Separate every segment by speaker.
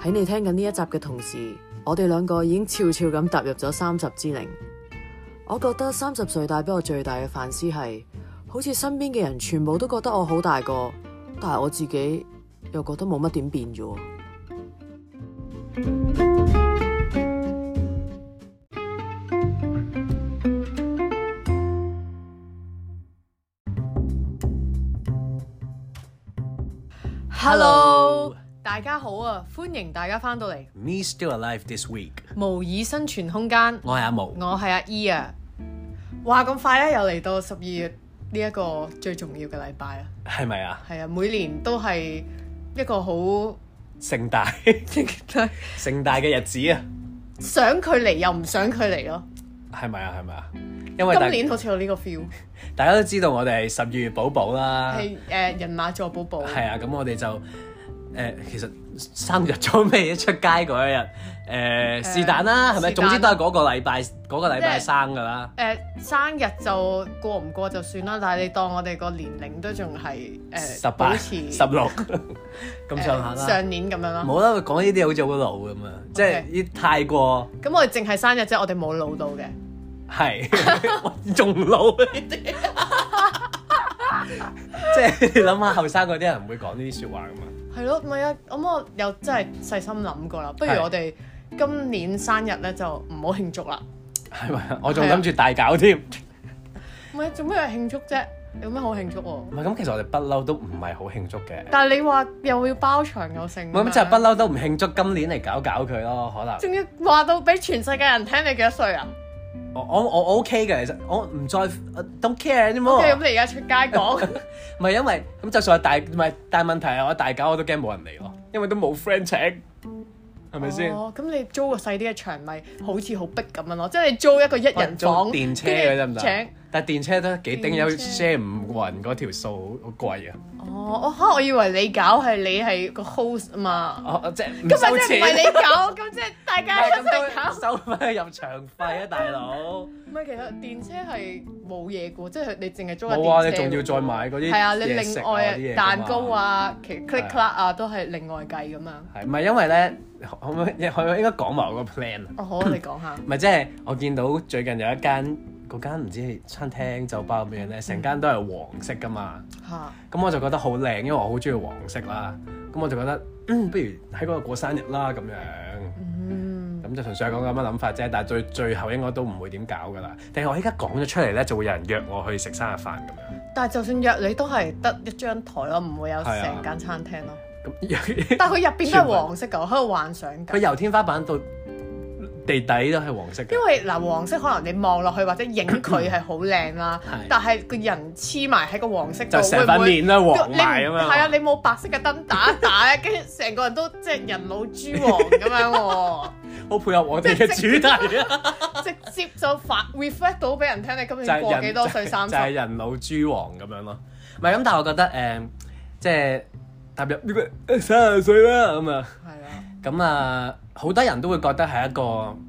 Speaker 1: 喺你聽緊呢一集嘅同時，我哋兩個已經悄悄咁踏入咗三十之齡。我覺得三十歲帶俾我最大嘅反思係，好似身邊嘅人全部都覺得我好大個，但係我自己又覺得冇乜點變啫喎。
Speaker 2: Hello，大家好啊，歡迎大家翻到嚟
Speaker 3: Me still alive this week。
Speaker 2: 模擬生存空間，
Speaker 3: 我係阿毛，
Speaker 2: 我係阿 E 啊。話咁快咧，又嚟到十二月呢一個最重要嘅禮拜啦。
Speaker 3: 係咪啊？
Speaker 2: 係啊，每年都係一個好
Speaker 3: 盛大 盛大嘅日子啊，
Speaker 2: 想佢嚟又唔想佢嚟咯。
Speaker 3: 係咪啊？係咪啊？因為大
Speaker 2: 今年好似有呢個 feel，
Speaker 3: 大家都知道我哋係十二月寶寶啦，
Speaker 2: 係誒人馬座寶寶。
Speaker 3: 啊係啊，咁我哋就誒、呃其實生日咗未？出街嗰一日，誒是但啦，係咪？
Speaker 2: 呃是但
Speaker 3: 總之都係嗰個禮拜嗰個禮拜生㗎啦，
Speaker 2: 誒、生日就過唔過就算啦，但係你當我哋個年齡都仲係誒
Speaker 3: 十八、
Speaker 2: 呃保
Speaker 3: 十
Speaker 2: 持
Speaker 3: 六咁
Speaker 2: 誒
Speaker 3: 上下啦。
Speaker 2: 上年咁樣啦。
Speaker 3: 冇啦，講呢啲好似好老咁啊，即係啲太過
Speaker 2: 咁我哋淨係生日啫，我哋冇老到嘅。
Speaker 3: 係，仲老啊呢啲，即係你諗下後生嗰啲人唔會講呢啲説話噶嘛？
Speaker 2: 係咯，唔係啊，咁我又真係細心諗過啦。不如
Speaker 3: 係
Speaker 2: 我哋今年生日咧就唔好慶祝啦。
Speaker 3: 係咪啊？我仲諗住大搞添。唔
Speaker 2: 唔係啊做咩要慶祝啫？有咩好慶祝喎？
Speaker 3: 係咁，其實我哋不嬲都唔係好慶祝嘅。
Speaker 2: 但係你話又要包場又剩，
Speaker 3: 唔係咁就係不，嬲都唔慶祝，今年嚟搞搞佢咯，可能。
Speaker 2: 仲要話到俾全世界人聽你幾多歲啊
Speaker 3: 我我我 OK 嘅，其實我唔再我 ờ, don't care
Speaker 2: ？O K，咁
Speaker 3: anymore。
Speaker 2: 你而家出街講，
Speaker 3: 唔哦 係因為咁，就算我大唔係，但係問題係我大搞我都驚冇人嚟咯，因為都冇 friend 請，係咪先？
Speaker 2: 哦，咁你租個細啲嘅場咪好似好逼咁樣咯，即係你租一個一人房
Speaker 3: 租電車嘅得唔
Speaker 2: 跟住請
Speaker 3: 得？但係電車都幾丁，有
Speaker 2: 電車
Speaker 3: share 唔匀嗰條數好貴啊！
Speaker 2: 哦，我嚇我以為你搞係你係個 host 啊嘛，
Speaker 3: 哦，即係唔
Speaker 2: 咁
Speaker 3: 收
Speaker 2: 咪即係唔係
Speaker 3: 錢，
Speaker 2: 你搞，咁即係大家一
Speaker 3: 咁
Speaker 2: 齊搞
Speaker 3: 都。收翻入場費啊，大佬！
Speaker 2: 唔係，其實電車係冇嘢嘅喎，即係你淨係租架電車。
Speaker 3: 冇啊，你仲要再買嗰啲
Speaker 2: 係啊，你
Speaker 3: 嘢食
Speaker 2: 另
Speaker 3: 啊
Speaker 2: 外啊蛋糕！啊，其實 click
Speaker 3: 係
Speaker 2: click 啊，都係另外計
Speaker 3: 啲嘢
Speaker 2: 咁樣。
Speaker 3: 㗎嘛係唔係因為咧？可唔可以可唔可以應該講埋我個 plan 啊？
Speaker 2: 哦，好，你講下。
Speaker 3: 唔係即係我見到最近有一間嗰間唔知係餐廳酒吧咁樣咧，成間都係黃色噶嘛。
Speaker 2: 嚇，
Speaker 3: 咁我就覺得好靚，因為我好中意黃色啦。咁我就覺得，嗯，不如喺嗰度過生日啦咁樣。
Speaker 2: 嗯，
Speaker 3: 咁就純粹係講咁嘅諗法啫。但係最最後應該都唔會點搞噶啦。但係我依家講咗出嚟咧，就會有人約我去食生日飯咁樣。
Speaker 2: 但係就算約你都係得一張台咯，唔會有
Speaker 3: 係啊
Speaker 2: 成間餐廳咯。
Speaker 3: 咁
Speaker 2: 但係佢入邊都係黃色㗎，我喺度幻想
Speaker 3: 佢
Speaker 2: 緊。
Speaker 3: 由天花板到地底都係黃色嘅
Speaker 2: 因。為嗱，黃色可能你望落去或者影佢係好靚啦
Speaker 3: 嗯係，
Speaker 2: 但係個人黐埋喺個黃色度，
Speaker 3: 就成
Speaker 2: 會唔
Speaker 3: 塊
Speaker 2: 會
Speaker 3: 面都黃
Speaker 2: 你唔
Speaker 3: 埋咁樣。
Speaker 2: 係啊，你冇白色嘅燈打一打，跟 住成個人都即係人老珠黃咁樣
Speaker 3: 好配合我哋嘅主題啊！
Speaker 2: 喎，直接就發 reflect 到俾人聽你今
Speaker 3: 就
Speaker 2: 年
Speaker 3: 係
Speaker 2: 過
Speaker 3: 人
Speaker 2: 幾多歲三
Speaker 3: 就係
Speaker 2: 十。
Speaker 3: 人老珠黃咁樣咯。唔係咁，但係我覺得誒、即係踏入呢個三十歲啦咁啊。
Speaker 2: 係啊，
Speaker 3: 咁啊，好多人都會覺得係一個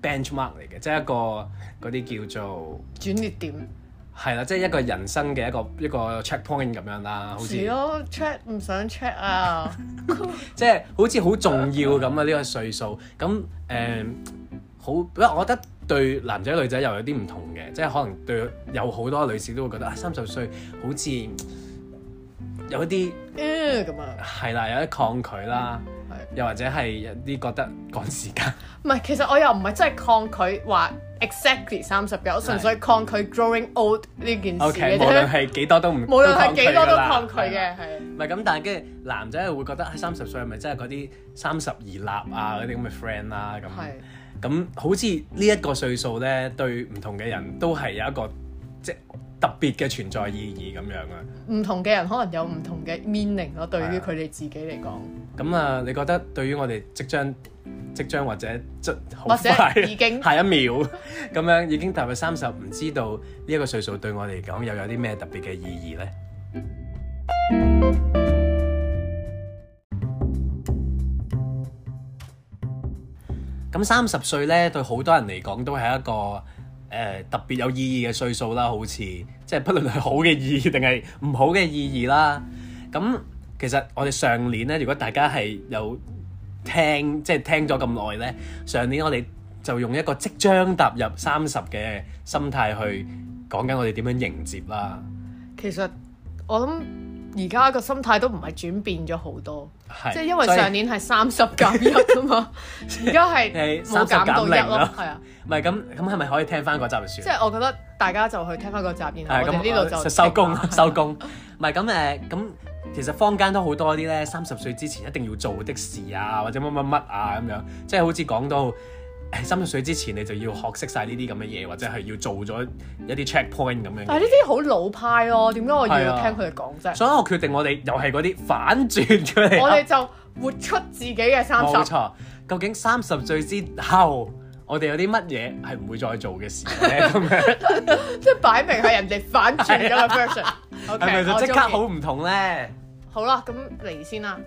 Speaker 3: benchmark 嚟嘅，即係一個嗰啲叫做
Speaker 2: 轉捩點
Speaker 3: 係啦，即係一個人生嘅一個一個 checkpoint 咁樣啦，好似
Speaker 2: 係咯，check 唔想 check 啊，
Speaker 3: 即係好似好重要咁啊呢個歲數。咁誒好，不過我覺得對男仔女仔又有啲唔同嘅，即係可能對有好多女士都會覺得啊三十歲好似有一啲
Speaker 2: 嗯咁啊，
Speaker 3: 係啦，有啲抗拒啦，
Speaker 2: 係
Speaker 3: 又或者係有啲覺得趕時間。
Speaker 2: 唔係其實我又唔係真係抗拒話 exactly 三十嘅，我純粹抗拒 growing old 呢件事
Speaker 3: O.K.
Speaker 2: 嘅
Speaker 3: 無論
Speaker 2: 啫。
Speaker 3: 係幾多都唔，
Speaker 2: 無論係幾多都
Speaker 3: 都
Speaker 2: 抗
Speaker 3: 抗
Speaker 2: 拒
Speaker 3: 拒㗎啦。
Speaker 2: 嘅，係
Speaker 3: 唔係咁，但係跟住男仔係會覺得啊，三十歲係咪真係嗰啲三十而立啊嗰啲咁嘅 friend 啦咁。
Speaker 2: 係
Speaker 3: 咁好似呢一個歲數咧，對唔同嘅人都係有一個即係特別嘅存在意義咁樣啊。
Speaker 2: 唔同嘅人可能有唔同嘅 meaning 咯，對於佢哋自己嚟講。
Speaker 3: 咁啊，你覺得對於我哋即將即將或者即好
Speaker 2: 或者
Speaker 3: 快
Speaker 2: 已 經
Speaker 3: 下一秒咁樣已經踏入三十，唔知道呢一個歲數對我嚟講又有啲咩特別嘅意義咧？咁三十歲咧，對好多人嚟講都係一個誒、呃特別有意義嘅歲數啦，好似即係不論係好嘅意義定係唔好嘅意義啦。咁其實我哋上年咧，如果大家係有聽即係聽咗咁耐咧，上年我哋就用一個即將踏入三十嘅心態去講緊我哋點樣迎接啦。
Speaker 2: 其實我諗而家個心態都唔係轉變咗好多，
Speaker 3: 係，
Speaker 2: 即係因為
Speaker 3: 所以
Speaker 2: 上年係三十減一啊 嘛，而家係
Speaker 3: 係
Speaker 2: 冇
Speaker 3: 30
Speaker 2: 減到一
Speaker 3: 減零
Speaker 2: 咯
Speaker 3: 咯，
Speaker 2: 係啊，
Speaker 3: 唔係咁咁係咪可以聽翻嗰集就算？啊
Speaker 2: 即係我覺得大家就去聽翻個集，然
Speaker 3: 係
Speaker 2: 後我哋呢度
Speaker 3: 咁呃
Speaker 2: 就
Speaker 3: 收
Speaker 2: 停 啦
Speaker 3: 工收工，唔係咁誒咁。其實坊間都好多啲咧，三十歲之前一定要做的事啊，或者乜乜乜啊咁樣，即係好似講到誒三十歲之前你就要學識晒呢啲咁嘅嘢，或者係要做咗一啲 checkpoint 咁樣
Speaker 2: 但
Speaker 3: 嘅。
Speaker 2: 係呢啲好老派咯，點解我要
Speaker 3: 係啊
Speaker 2: 聽佢哋講啫？
Speaker 3: 所以我決定我哋又係嗰啲反轉佢哋。
Speaker 2: 我哋就活出自己嘅三
Speaker 3: 啊冇
Speaker 2: 十。
Speaker 3: 錯，究竟三十歲之後，我哋有啲乜嘢係唔會再做嘅 事咧？咁樣
Speaker 2: 即係擺明係人哋反轉咗 個 version。O
Speaker 3: 係咪
Speaker 2: K，
Speaker 3: 就
Speaker 2: 我
Speaker 3: 即刻
Speaker 2: 中
Speaker 3: 好
Speaker 2: 意
Speaker 3: 唔同咧？
Speaker 2: 好啦，咁嚟先啦。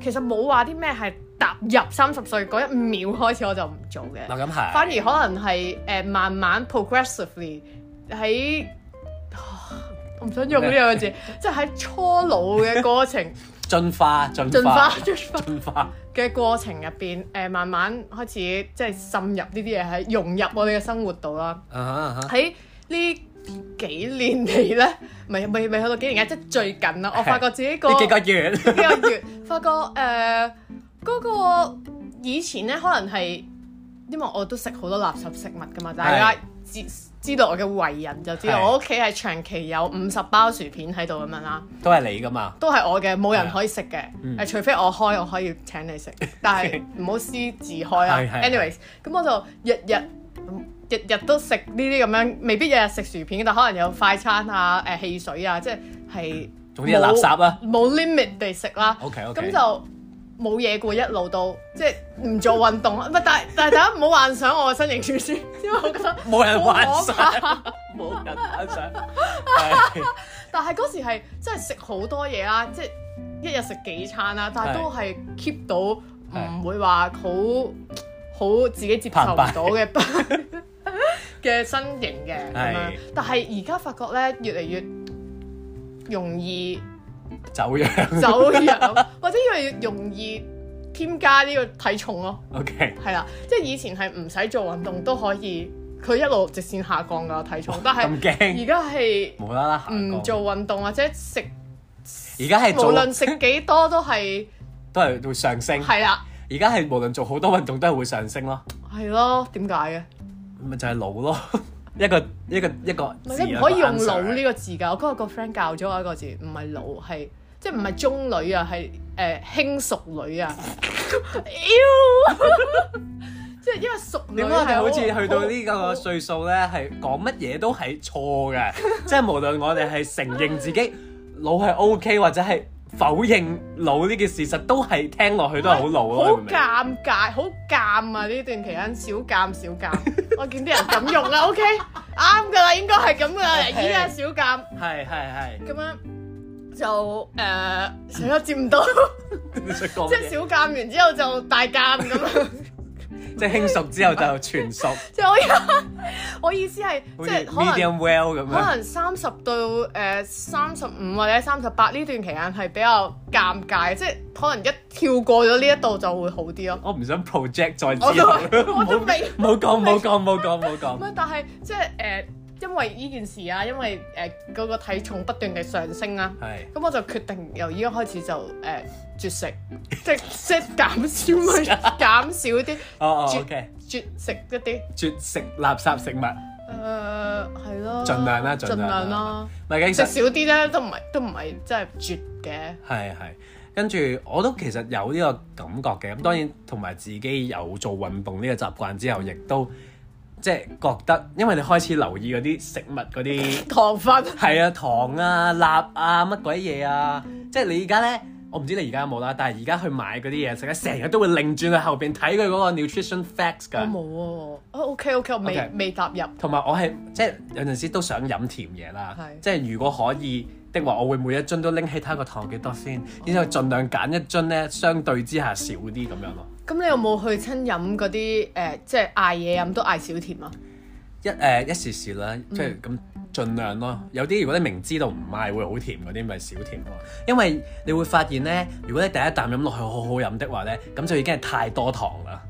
Speaker 2: 誒、其實冇話啲咩係踏入三十歲嗰一秒開始我就唔做嘅，
Speaker 3: 嗱咁係，
Speaker 2: 反而可能係誒、慢慢 progressively 喺。哦我唔想用呢兩個字，即係喺初老嘅過程、
Speaker 3: 進化進
Speaker 2: 進
Speaker 3: 化
Speaker 2: 化、進化
Speaker 3: 進化，
Speaker 2: 嘅過程入邊，誒、慢慢開始即係滲入呢啲嘢喺融入我哋嘅生活度啦。
Speaker 3: 啊哈啊哈
Speaker 2: 喺呢幾年嚟 咧，未未未去到幾年嘅，即係最近啦。我發覺自己個
Speaker 3: 呢幾個月
Speaker 2: 幾個月， 發覺誒嗰、個以前咧，可能係因為我都食好多垃圾食物噶嘛，大家知知道我嘅為人就知道
Speaker 3: 係
Speaker 2: 我屋企係長期有五十包薯片喺度咁樣啦，
Speaker 3: 都係你噶嘛？
Speaker 2: 都係我嘅，冇人可以食嘅。誒、
Speaker 3: 嗯
Speaker 2: 除非我開，我可以請 你食，但係唔好私自開啊
Speaker 3: 係。係
Speaker 2: anyways，咁我就日日日日都食呢啲咁樣，未必日日食薯片，但可能有快餐啊、誒、汽水啊，即係係
Speaker 3: 總之係垃圾啊啦。
Speaker 2: 冇 limit 地食啦。
Speaker 3: OK，OK
Speaker 2: 咁就。冇嘢過一路到，即係唔做運動，啊唔係但係但係大家唔好幻想我嘅身形處先，因為我覺得
Speaker 3: 冇人
Speaker 2: 好可
Speaker 3: 幻想
Speaker 2: 怕，
Speaker 3: 冇人幻想，係
Speaker 2: 但係嗰時係真係食好多嘢啦，即係一日食幾餐啦，但係
Speaker 3: 係
Speaker 2: 都係 keep 到唔
Speaker 3: 係
Speaker 2: 會話好好自己接受唔到嘅 嘅身形嘅咁樣
Speaker 3: 係。
Speaker 2: 但係而家發覺咧，越嚟越容易
Speaker 3: 走樣。
Speaker 2: 走樣，或者越嚟越容易添加呢個體重咯。
Speaker 3: OK，
Speaker 2: 係啦，即係以前係唔使做運動都可以，佢一路直線下降㗎體重，但
Speaker 3: 咁
Speaker 2: 係而
Speaker 3: 驚，
Speaker 2: 家係。
Speaker 3: 無啦啦行
Speaker 2: 唔
Speaker 3: 過，
Speaker 2: 嗯做運動或者食，
Speaker 3: 而家係
Speaker 2: 無論
Speaker 3: 做
Speaker 2: 食幾多都係
Speaker 3: 都係會上升。
Speaker 2: 係啦，
Speaker 3: 而家係無論做好多運動都係會上升咯，
Speaker 2: 係咯，點解嘅？
Speaker 3: 咪就係老咯。 一個一個一個
Speaker 2: 唔
Speaker 3: 字
Speaker 2: 係你唔
Speaker 3: 啊
Speaker 2: 可以用
Speaker 3: 個 answer
Speaker 2: 老呢個字㗎。我嗰日個 friend 教咗我一個字，唔係老，係即係唔係中女啊，係誒輕熟 女啊。妖， 即係因為熟女
Speaker 3: 點解我哋
Speaker 2: 係
Speaker 3: 好似去到呢
Speaker 2: 好
Speaker 3: 個歲數咧，係講乜嘢都係錯 嘅，即係無論我哋係承認自己老係 OK，或者係否認老呢件事實，都係聽落去都係好老咯，你
Speaker 2: 好
Speaker 3: 明唔明？
Speaker 2: 尷尬，好尷啊！呢段期間少尷少尷，我見啲人咁用啦，OK，啱㗎啦，應該係 咁㗎啦，依家少尷。
Speaker 3: 係係
Speaker 2: 咁樣就誒成日 接唔到，
Speaker 3: 係，
Speaker 2: 即係小鑑完之後就大鑑咁 樣。
Speaker 3: 即係輕熟之後就全熟，
Speaker 2: 即係我意 我意思係，
Speaker 3: 好
Speaker 2: 即
Speaker 3: 似
Speaker 2: 係可能
Speaker 3: medium well 咁
Speaker 2: 可
Speaker 3: 樣。
Speaker 2: 能三十到誒三十五或者三十八呢段期間係比較尷尬，即係可能一跳過咗呢一度就會好啲咯。
Speaker 3: 我唔想 project 再
Speaker 2: 我
Speaker 3: 之
Speaker 2: 都
Speaker 3: 後，
Speaker 2: 我都明。
Speaker 3: 冇講冇講冇講冇
Speaker 2: 咁
Speaker 3: 講，
Speaker 2: 啊，但係即係誒、呃因為呢件事啊，因為誒嗰、個體重不斷嘅上升啊。
Speaker 3: 係
Speaker 2: 咁我就決定由依家開始就誒、呃、絕食，即即減少咪減少啲，
Speaker 3: 哦哦
Speaker 2: 絕
Speaker 3: OK，
Speaker 2: 絕食一啲，誒
Speaker 3: 絕食垃圾食物，
Speaker 2: 係咯，
Speaker 3: 盡量啦
Speaker 2: 盡
Speaker 3: 盡
Speaker 2: 量
Speaker 3: 量
Speaker 2: 啦
Speaker 3: 啦，唔係嘅，其
Speaker 2: 食
Speaker 3: 實
Speaker 2: 少啲咧都唔係都唔係真係絕嘅，
Speaker 3: 係係，跟住我都其實有呢個感覺嘅。咁當然同埋自己有做運動呢個習慣之後，亦都即係覺得，因為你開始留意嗰啲食物嗰啲
Speaker 2: 糖分
Speaker 3: 係啊糖啊蠟啊乜鬼嘢啊，即係你而家咧。我唔知你而家有冇啦，但係而家去買嗰啲嘢食咧，成日都會擰轉去後邊睇佢嗰個 nutrition facts
Speaker 2: 我
Speaker 3: 㗎。
Speaker 2: 冇喎，啊 OK OK 我未
Speaker 3: OK
Speaker 2: 未踏入，
Speaker 3: 同埋我係即係有陣時都想飲甜嘢啦
Speaker 2: 係，
Speaker 3: 即係如果可以的話，我會每一樽都拎起睇下個糖幾多先，然之後盡量揀一樽咧相對之下少啲咁樣咯。
Speaker 2: 咁你有冇去親飲嗰啲誒即係嗌嘢飲都嗌少甜啊？
Speaker 3: 一誒、一時時啦，即係咁盡量咯。有啲如果你明知道唔買會好甜嗰啲，咪少甜咯。因為你會發現咧，如果你第一啖飲落去好好飲的話咧，咁就已經係太多糖啦。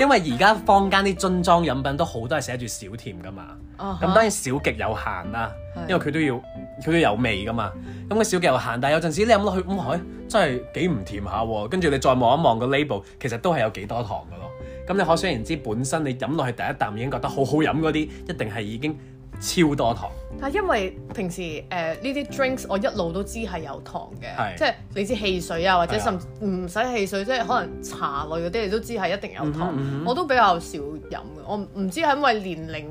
Speaker 3: 因為而家坊間啲樽裝飲品都好多係寫住少甜噶嘛。
Speaker 2: 啊
Speaker 3: 咁當然少極有限啦，
Speaker 2: 係
Speaker 3: 因為佢都要佢都有味噶嘛。咁佢少極有限，但係有陣時你飲落去，嗯，係真係幾唔甜下喎。跟住你再望一望個 label，其實都係有幾多糖噶咯。咁你可想而知，本身你飲落去第一啖已經覺得好好飲嗰啲，一定係已經超多糖。
Speaker 2: 但係因為平時誒呢啲 drinks 我一路都知係有糖嘅，
Speaker 3: 係
Speaker 2: 即係你知汽水啊，或者
Speaker 3: 係啊
Speaker 2: 甚至唔使汽水，即係可能茶類嗰啲你都知係一定有糖。
Speaker 3: 嗯哼嗯哼
Speaker 2: 我都比較少飲嘅，我唔唔知係因為年齡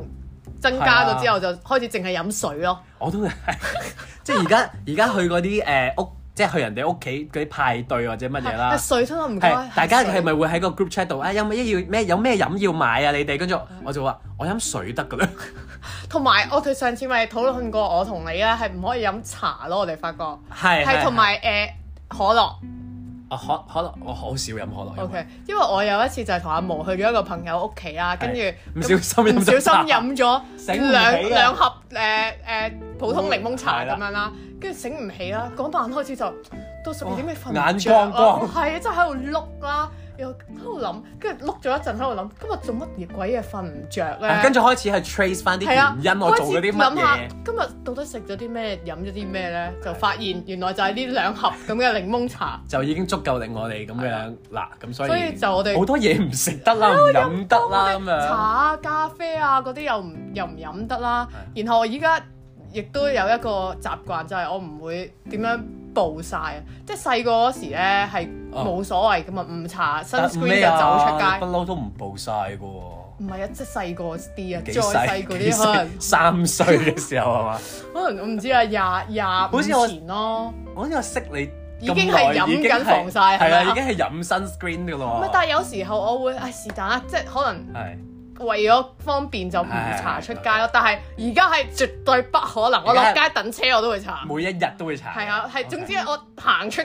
Speaker 2: 增加咗
Speaker 3: 啊
Speaker 2: 之後就開始淨係飲水咯。
Speaker 3: 我都係， 即係而家而家去嗰啲誒屋，即係去人哋屋企嗰啲派對或者乜嘢啦
Speaker 2: 係。水真係唔該
Speaker 3: 係，，大家
Speaker 2: 水
Speaker 3: 係咪會喺個 group chat 度啊？有咩要咩有咩飲要買啊？你哋跟住我我就話我飲水得 㗎啦。
Speaker 2: 同埋我哋上次咪討論過，我同你咧係唔可以飲茶咯，我哋發覺
Speaker 3: 係
Speaker 2: 係同埋誒可樂。
Speaker 3: 啊可可樂我好少飲可樂。因為
Speaker 2: O K，因為我有一次就係同阿毛去咗一個朋友屋企啦，跟住
Speaker 3: 係唔
Speaker 2: 咁
Speaker 3: 小心飲
Speaker 2: 唔
Speaker 3: 咗
Speaker 2: 小心
Speaker 3: 茶
Speaker 2: 飲咗
Speaker 3: 醒唔起啊
Speaker 2: 兩兩盒誒誒普通檸檬茶
Speaker 3: 係啦
Speaker 2: 咁樣啦，跟住醒唔起啦，嗰晚開始就到十二點你瞓唔
Speaker 3: 哇眼
Speaker 2: 著啊
Speaker 3: 光光
Speaker 2: 係啊，真係喺度碌啦，又喺度諗，跟住碌咗一陣喺度諗，今日做乜嘢鬼嘢瞓唔着咧
Speaker 3: 啊？跟住開始係 trace 翻啲
Speaker 2: 係啊，
Speaker 3: 原因，我做
Speaker 2: 開
Speaker 3: 咗
Speaker 2: 始
Speaker 3: 啲乜
Speaker 2: 諗下
Speaker 3: 嘢。
Speaker 2: 今日到底食咗啲咩，飲咗啲咩咧，就發現原來就係呢兩盒咁嘅檸檬茶。
Speaker 3: 就已經足夠令我哋咁樣嗱，咁所以
Speaker 2: 所以就我哋
Speaker 3: 好多嘢唔食得 啦，唔飲得啦咁
Speaker 2: 茶
Speaker 3: 樣。
Speaker 2: 啊、咖啡啊嗰啲又唔又唔飲得啦。然後我依家亦都有一個習慣，就係、我唔會點樣暴晒啊！即係細個嗰時咧係
Speaker 3: 哦
Speaker 2: 冇所謂噶嘛，唔搽
Speaker 3: 但啊
Speaker 2: sunscreen 就走出
Speaker 3: 不
Speaker 2: 街。
Speaker 3: 嬲都唔暴晒嘅喎，
Speaker 2: 唔係啊，即係細個啲啊，
Speaker 3: 幾
Speaker 2: 再
Speaker 3: 細
Speaker 2: 細嗰
Speaker 3: 幾
Speaker 2: 啲可
Speaker 3: 細
Speaker 2: 能
Speaker 3: 三歲嘅時候係 嘛？
Speaker 2: 可能我唔知啊，廿
Speaker 3: 好似我哦
Speaker 2: 廿五前咯。
Speaker 3: 我因為識你
Speaker 2: 已經
Speaker 3: 咁
Speaker 2: 係
Speaker 3: 耐
Speaker 2: 飲緊
Speaker 3: 已經係
Speaker 2: 防曬係
Speaker 3: 係
Speaker 2: 咪
Speaker 3: 啊，
Speaker 2: 啊
Speaker 3: 已經係飲 sunscreen 嘅
Speaker 2: 唔係
Speaker 3: 咯，喎。
Speaker 2: 啊但係有時候我會唉是但啦，即係可能
Speaker 3: 係
Speaker 2: 為咗方便就唔搽出街咯。但係而家係絕對不可能，我落
Speaker 3: 而
Speaker 2: 街
Speaker 3: 家
Speaker 2: 等車我都會搽。
Speaker 3: 每一日都會搽。
Speaker 2: 係啊，係總之
Speaker 3: OK
Speaker 2: 我行出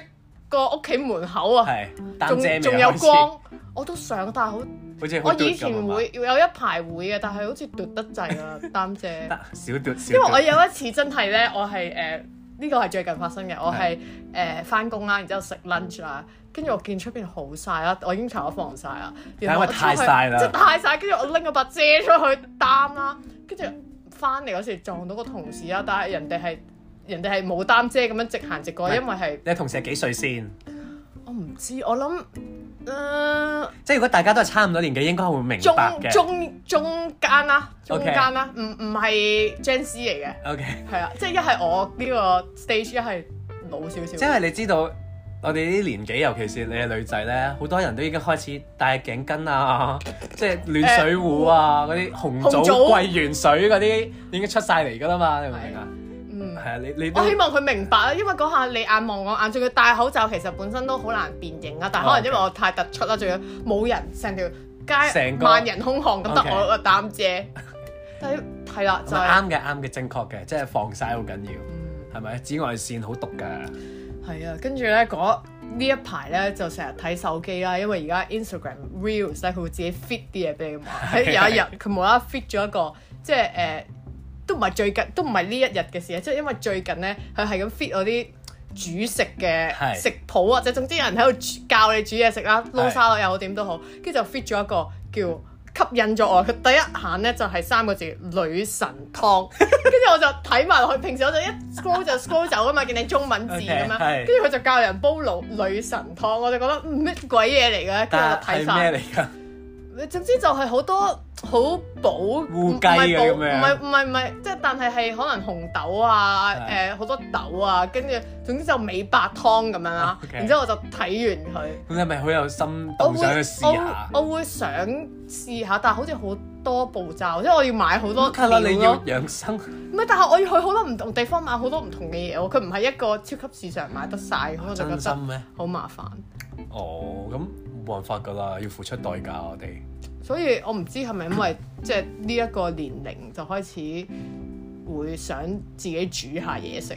Speaker 2: 個屋企門口啊，
Speaker 3: 係擔遮
Speaker 2: 仲
Speaker 3: 未
Speaker 2: 仲有
Speaker 3: 開始
Speaker 2: 光，我都想，但係好，
Speaker 3: 好似好
Speaker 2: 我
Speaker 3: 嘟咁
Speaker 2: 以
Speaker 3: 啊
Speaker 2: 前
Speaker 3: 嘛
Speaker 2: 會有一排會嘅，但係好似奪得滯啦，擔 遮。
Speaker 3: 得少嘟少
Speaker 2: 因為
Speaker 3: 嘟
Speaker 2: 我有一次真係咧，我係誒呢個係最近發生嘅，我係誒翻工啦，然之後食 lunch 啦，跟住我見出邊好曬啦，我已經搽咗防曬啦，然後我
Speaker 3: 係因為太
Speaker 2: 出去
Speaker 3: 曬啦
Speaker 2: 即係太曬，跟住我拎咗把遮出去擔啦，跟住翻嚟嗰時撞到個同事啦，但係人哋係人哋係冇擔遮咁樣直行直過，
Speaker 3: 唔係
Speaker 2: 因為係
Speaker 3: 你同事係幾歲先？
Speaker 2: 我唔知，我諗誒、呃
Speaker 3: 即係如果大家都係差唔多年紀，應該會明白
Speaker 2: 中
Speaker 3: 嘅。
Speaker 2: 中中間啦，中
Speaker 3: OK
Speaker 2: 間啦，唔唔係 Gen Z 嚟嘅。
Speaker 3: O K，
Speaker 2: 係啊，即係一係我呢個 stage，一係老少
Speaker 3: 即
Speaker 2: 少。
Speaker 3: 係你知道我哋啲年紀，尤其是你係女仔咧，好多人都已經開始戴頸巾啊， 即係暖水壺啊，嗰啲紅
Speaker 2: 紅
Speaker 3: 棗
Speaker 2: 棗
Speaker 3: 桂圓水嗰啲已經出晒嚟㗎啦嘛，你明唔明啊？
Speaker 2: 嗯
Speaker 3: 係，啊，你你都
Speaker 2: 我希望佢明白啊，因為嗰下你眼望我眼，仲要戴口罩，其實本身都好難辨認啊。
Speaker 3: 哦
Speaker 2: 但係可能因為我太突出啦，仲要冇人，成條街
Speaker 3: 成個
Speaker 2: 萬人空巷咁得
Speaker 3: OK 啊
Speaker 2: 我個擔 遮。但係係啦，就係
Speaker 3: 啱嘅，啱嘅，正確嘅，即係防曬好緊要，係咪？紫外線好毒㗎，
Speaker 2: 係啊，跟住咧嗰呢一排咧就成日睇手機啦，因為而家 Instagram Reels 咧佢會自己 fit 啲嘢 俾你嘛。喺有一日佢無啦啦 fit 咗一個，即係誒、呃都唔係最近，都唔係呢一日嘅事啊，即係因為最近咧佢係咁 fit 我啲。煮食嘅
Speaker 3: 係
Speaker 2: 食譜啊，即係總之有人喺度煮教你煮嘢食啦，撈
Speaker 3: 係
Speaker 2: 沙律又好點都好，跟住就 fit 咗一個叫吸引咗我。佢第一行咧就係、三個字女神湯，跟住我就睇埋落去。平時我就一 scroll 就 scroll 走噶嘛，見你中文字咁
Speaker 3: OK，係
Speaker 2: 樣，跟住佢就教人煲老女神湯，我就覺得嗯乜鬼嘢嚟嘅，跟住我
Speaker 3: 但
Speaker 2: 就睇
Speaker 3: 係
Speaker 2: 晒。
Speaker 3: 咩嚟㗎？
Speaker 2: 總之就係好多好補
Speaker 3: 烏雞啊
Speaker 2: 唔係
Speaker 3: 咁樣
Speaker 2: 補唔係唔係唔係，即係但係係可能紅豆啊，
Speaker 3: 係
Speaker 2: 誒好多豆啊，跟住總之就美白湯咁樣
Speaker 3: 哦
Speaker 2: 啦。
Speaker 3: OK
Speaker 2: 然之後我就睇完佢，
Speaker 3: 咁你係咪好有心
Speaker 2: 我
Speaker 3: 動想去
Speaker 2: 會
Speaker 3: 試下？
Speaker 2: 我會我會想試下，但係好似好多步驟，即係我要買好多
Speaker 3: 梗係啦，你
Speaker 2: 料
Speaker 3: 要
Speaker 2: 咯。
Speaker 3: 養生。
Speaker 2: 唔係，但係我要去好多唔同地方買好多唔同嘅嘢喎，佢唔係一個超級市場買得晒，咁我就覺
Speaker 3: 真
Speaker 2: 得
Speaker 3: 心咩？
Speaker 2: 好麻煩。
Speaker 3: 哦，咁冇辦法噶啦，要付出代價我哋。
Speaker 2: 所以我唔知係咪因為即係呢一個年齡就開始會想自己煮下嘢食，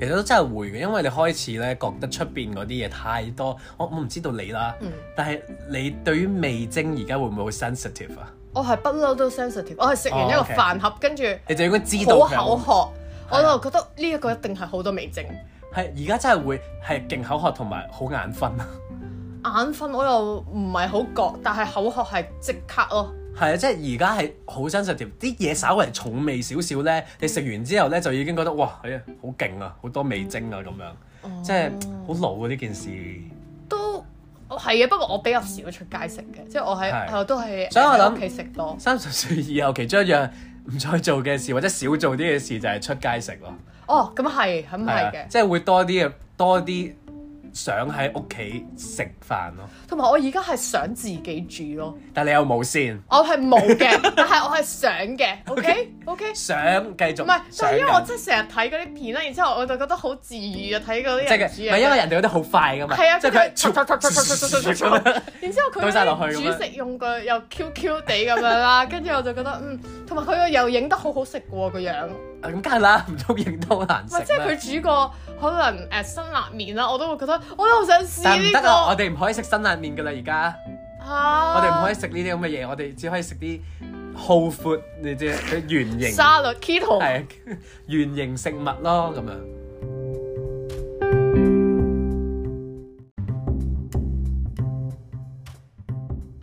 Speaker 3: 其實都真係會嘅，因為你開始咧覺得出邊嗰啲嘢太多，我我唔知道你啦，
Speaker 2: 嗯
Speaker 3: 但係你對於味精而家會唔會好 sensitive 啊？
Speaker 2: 我係不嬲都 sensitive，我係食完一個
Speaker 3: 哦，OK
Speaker 2: 飯盒跟住
Speaker 3: 你就應該知道
Speaker 2: 好
Speaker 3: 佢
Speaker 2: 口
Speaker 3: 有
Speaker 2: 渴，我
Speaker 3: 係啊
Speaker 2: 就覺得呢一個一定係好多味精。
Speaker 3: 係而家真係會係勁口渴同埋好眼瞓，啊
Speaker 2: 眼瞓我又唔係好覺，但係口渴係即刻咯。
Speaker 3: 係啊，即係而家係好 sensitive，啲嘢稍微重味少少咧，你食完之後咧就已經覺得哇，係啊，好勁啊，好多味精啊咁
Speaker 2: 哦
Speaker 3: 樣，即係好老啊呢件事。
Speaker 2: 都我係嘅，不過我比較少出街食嘅，即係我喺
Speaker 3: 係
Speaker 2: 我都係
Speaker 3: 所以我諗
Speaker 2: 喺屋企食多。
Speaker 3: 三十歲以後其中一樣唔再做嘅事，或者少做啲嘅事就係出街食咯。
Speaker 2: 哦，咁係，咁係
Speaker 3: 啊
Speaker 2: 嘅。
Speaker 3: 即係會多啲嘅多啲想喺屋企食飯咯。
Speaker 2: 同埋我而家係想自己煮咯，
Speaker 3: 但你有冇先？
Speaker 2: 我係冇 嘅，但係我係想嘅。OK OK，
Speaker 3: 想繼續
Speaker 2: 唔係，
Speaker 3: 想
Speaker 2: 但係因為我
Speaker 3: 緊
Speaker 2: 真係成日睇嗰啲片啦，然之後我就覺得好治愈啊！睇嗰啲
Speaker 3: 即係
Speaker 2: 人
Speaker 3: 佢
Speaker 2: 煮
Speaker 3: 唔係因為
Speaker 2: 嘢，
Speaker 3: 人哋嗰啲好快噶嘛，
Speaker 2: 係啊
Speaker 3: 即係佢
Speaker 2: 然之後佢
Speaker 3: 倒晒落
Speaker 2: 嗰
Speaker 3: 去咁
Speaker 2: 啲
Speaker 3: 樣
Speaker 2: 煮食用具又 Q Q 地咁樣啦，跟住我就覺得嗯，同埋佢個又影得好好食嘅喎個樣，唔
Speaker 3: 咁梗係啦，唔通認都好難食
Speaker 2: 係即
Speaker 3: 咩？
Speaker 2: 係佢煮個可能誒辛辣麵啦，我都會覺得我都好想試
Speaker 3: 但係
Speaker 2: 呢
Speaker 3: 唔得啊！我
Speaker 2: 個
Speaker 3: 哋唔可以食辛辣麵噶啦，而家
Speaker 2: 啊！
Speaker 3: 我哋唔可以食呢啲咁嘅嘢，我哋只可以食啲 whole food，你知佢圓形。
Speaker 2: 沙律 keto
Speaker 3: 係圓形食物咯，咁樣。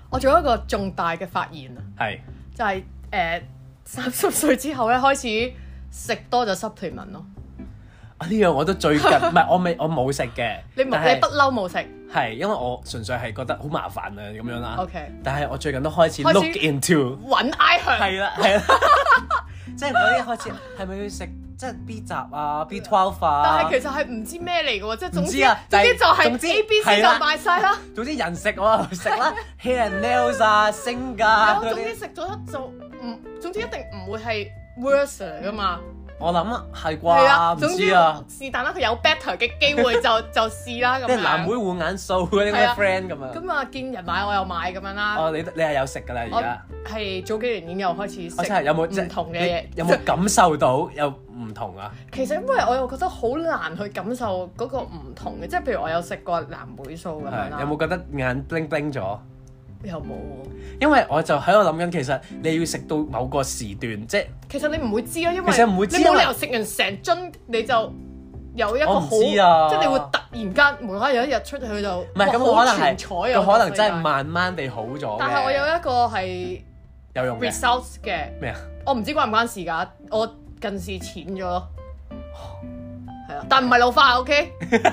Speaker 2: 我做一個重大嘅發現啊，
Speaker 3: 係
Speaker 2: 就係誒三十歲之後咧開始食多咗 supplement 咯。
Speaker 3: 啊呢樣我都最 近，唔係我未我冇食嘅。
Speaker 2: 你冇
Speaker 3: 但係
Speaker 2: 你不嬲冇食
Speaker 3: 係因為我純粹係覺得好麻煩啊咁樣啦。
Speaker 2: ，OK？
Speaker 3: 但係我最近都開始
Speaker 2: 開始
Speaker 3: look into
Speaker 2: 揾 I 向
Speaker 3: 係啊啦 係啦，即係嗰啲開始係咪要食即係 B 集啊 B twelve
Speaker 2: 但
Speaker 3: 啊
Speaker 2: 係？其實係唔知咩嚟嘅喎，即係總之
Speaker 3: 唔知啊
Speaker 2: 總之就
Speaker 3: 但係
Speaker 2: 係
Speaker 3: 總之
Speaker 2: A、B、C
Speaker 3: 係
Speaker 2: 就
Speaker 3: 啦
Speaker 2: 賣晒啦。
Speaker 3: 總之人食我就食 啦，hair and nails 啊、星 啊
Speaker 2: 我
Speaker 3: 嗰
Speaker 2: 總之
Speaker 3: 啲。
Speaker 2: 食咗就唔，總之一定唔會係 worse 嚟噶嘛。
Speaker 3: 我諗係
Speaker 2: 係
Speaker 3: 啩，
Speaker 2: 啊，
Speaker 3: 唔
Speaker 2: 總之
Speaker 3: 知啊。
Speaker 2: 是但啦，佢有 better 嘅機會 就就試啦咁
Speaker 3: 即係男妹
Speaker 2: 樣。
Speaker 3: 換眼數嗰啲
Speaker 2: 係
Speaker 3: 咩
Speaker 2: 啊
Speaker 3: friend 咁樣。
Speaker 2: 咁啊，見人買我又買咁樣啦。
Speaker 3: 哦，你你係有食㗎啦而
Speaker 2: 我
Speaker 3: 家。
Speaker 2: 係早幾年已經有開始
Speaker 3: 我真係有冇即
Speaker 2: 食唔同嘅嘢
Speaker 3: 你。有冇感受到有唔同啊？
Speaker 2: 其實因為我又覺得好難去感受嗰個唔同嘅，即係譬如我有食過藍莓素咁樣啦，
Speaker 3: 係有冇覺得眼 bling bling 咗？
Speaker 2: 又冇喎。
Speaker 3: 因為我就喺度諗緊，其實你要食到某個時段，即係
Speaker 2: 其實你唔會知啊，因為
Speaker 3: 其實唔會知
Speaker 2: 你
Speaker 3: 因
Speaker 2: 冇
Speaker 3: 為
Speaker 2: 理由食完成樽你就有一個
Speaker 3: 我唔
Speaker 2: 好，
Speaker 3: 知啊
Speaker 2: 即係你會突然間無啦啦有一日出去就
Speaker 3: 唔係咁？佢
Speaker 2: 哇好
Speaker 3: 可能係
Speaker 2: 全彩啊！
Speaker 3: 佢可能真係
Speaker 2: 係，
Speaker 3: 慢慢地好咗嘅
Speaker 2: 但係我有一個 係
Speaker 3: 有用嘅
Speaker 2: results 嘅，
Speaker 3: 咩啊？
Speaker 2: 我唔知關唔關事㗎，我近視淺咗咯。係啊，但唔係老花，OK？即 刻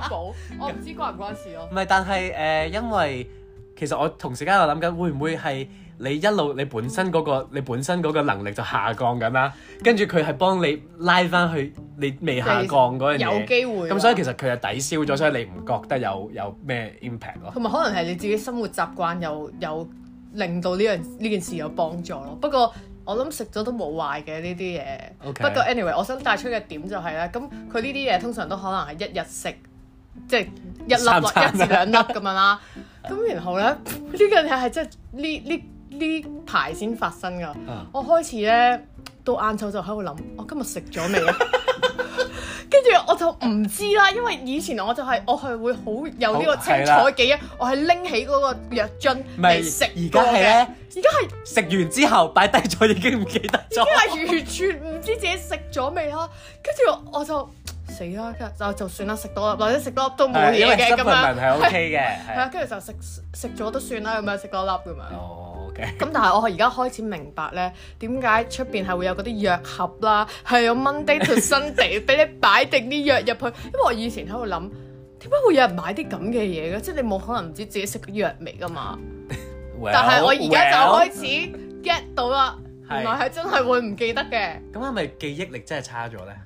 Speaker 2: 補，我唔知關唔關事咯。
Speaker 3: 唔係，但係誒、呃因為其實我同時間喺度諗緊，會唔會係你一路你本身嗰、個你本身嗰個能力就下降緊啦，跟住佢係幫你拉翻去你未下降嗰樣嘢，
Speaker 2: 有機會啊
Speaker 3: 咁所以其實佢係抵消咗，所以你唔覺得有有咩 impact 咯？
Speaker 2: 同埋可能係你自己生活習慣有有令到呢樣呢件事有幫助咯。不過我諗食咗都冇壞嘅呢啲嘢。
Speaker 3: OK
Speaker 2: 不過 anyway，我想帶出嘅點就係、咧，咁佢呢啲嘢通常都可能係一日食，即係一粒
Speaker 3: 三餐
Speaker 2: 或一至兩粒咁樣啦。咁然後咧，呢樣嘢係真係呢呢呢排先發生㗎。
Speaker 3: 啊
Speaker 2: 我開始咧到晏晝就喺度諗，我今日食咗未啊？跟住我就唔知啦，因為以前我就係、我係會好有呢個
Speaker 3: 好
Speaker 2: 清
Speaker 3: 係
Speaker 2: 楚
Speaker 3: 啦
Speaker 2: 嘅記憶，我係拎起嗰個藥樽
Speaker 3: 唔係
Speaker 2: 嚟食
Speaker 3: 而
Speaker 2: 過
Speaker 3: 家係
Speaker 2: 嘅。
Speaker 3: 咧
Speaker 2: 而家係
Speaker 3: 食完之後擺低咗已經唔記得咗。
Speaker 2: 因為完全唔知自己食咗未啦，跟住我就死啦，跟住就就算啦，食多粒或者食多粒都冇
Speaker 3: 係因
Speaker 2: 嘢
Speaker 3: 為
Speaker 2: 嘅咁
Speaker 3: supplement
Speaker 2: 樣，
Speaker 3: 係 OK
Speaker 2: 係
Speaker 3: 嘅。
Speaker 2: 啊，跟住就食食咗都算啦，咁樣食多粒咁樣。
Speaker 3: 哦，OK。
Speaker 2: 咁但係我而家開始明白咧，點解出邊係會有嗰啲藥盒啦，係有 Monday to Sunday 俾你擺定啲藥入去。因為我以前喺度諗，點解會有人買啲咁嘅嘢嘅？即係你冇可能唔知自己食咗藥味噶嘛。但係我而家就開始 get 到啦，
Speaker 3: 係
Speaker 2: 原來係真係會唔記得嘅。
Speaker 3: 咁係咪記憶力真係差咗咧？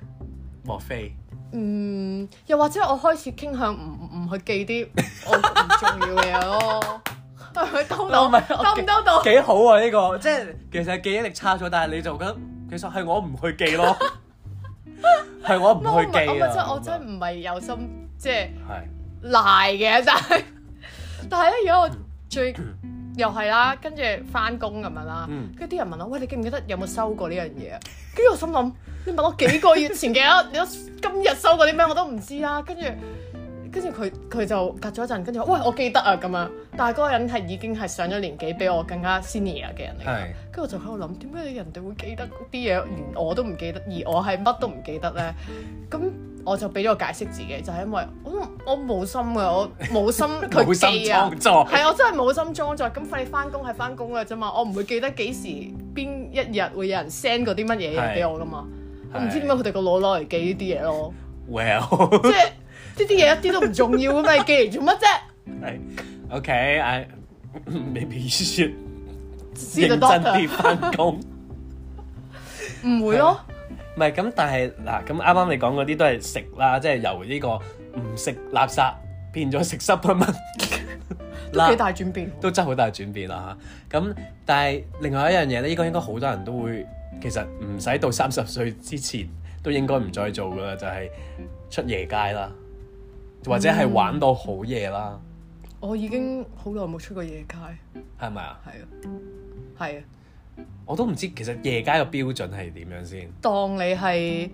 Speaker 3: 莫非？
Speaker 2: 嗯，又或者我開始傾向唔唔去記啲我唔重要嘅 嘢咯。係咪兜到？
Speaker 3: 我咪我
Speaker 2: 兜唔兜到？
Speaker 3: 幾好啊！呢、個即係其實記憶力差咗，但係你就覺得其實係我唔去 記咯，係我唔
Speaker 2: 我
Speaker 3: 去
Speaker 2: 咪我
Speaker 3: 記
Speaker 2: 咪真
Speaker 3: 啊！
Speaker 2: 我真係唔係有心即係。
Speaker 3: 係
Speaker 2: 賴嘅，但係
Speaker 3: 嗯
Speaker 2: 但係咧，如果我最又係啦，跟住翻工咁樣啦
Speaker 3: 嗯，
Speaker 2: 跟住啲人問我：喂，你記唔記得有冇收過呢樣嘢啊？跟住我 心諗，你問我幾個月前嘅，你都今日收過啲咩我都唔知啦。跟住跟住佢佢就隔咗一陣，跟住話喂我記得啊咁樣，但係嗰個人係已經係上咗年紀比我更加 senior 嘅人嚟㗎
Speaker 3: 係，
Speaker 2: 跟住我就喺度諗點解人哋會記得啲嘢，連我都唔記得，而我係乜都唔記得咧？咁我就俾咗個解釋自己，就係、因為我都我冇心嘅，我冇 心
Speaker 3: 冇
Speaker 2: 佢
Speaker 3: 心
Speaker 2: 記啊。
Speaker 3: 創作，
Speaker 2: 係我真係冇心裝作，咁快你翻工係翻工嘅啫嘛，我唔會記得幾時邊一日會有人 send 嗰啲乜嘢嘢俾我噶嘛，我唔知點解佢哋個腦攞嚟記呢啲 嘢咯，即
Speaker 3: Well，
Speaker 2: 係呢啲嘢一啲都唔重要咁，你記嚟做乜啫？
Speaker 3: 係 OK，I maybe you should
Speaker 2: 知
Speaker 3: 認真
Speaker 2: 道 doctor
Speaker 3: 啲翻工。
Speaker 2: 唔會咯，
Speaker 3: 唔係咁，但係嗱，咁啱啱你講嗰啲都係食啦，即係由呢個唔食垃圾變咗食 supplement， 啊
Speaker 2: 都幾大轉變。
Speaker 3: 都真係好大轉變啦嚇。咁但係另外一樣嘢咧，呢個應該好多人都會其實唔使到三十歲之前都應該唔再做噶啦，就係、出夜街啦，或者係玩到好夜啦，
Speaker 2: 我已經好耐冇出過夜街，
Speaker 3: 係咪啊？
Speaker 2: 係啊，係啊，
Speaker 3: 我都唔知其實夜街嘅標準係點樣先。
Speaker 2: 當你係。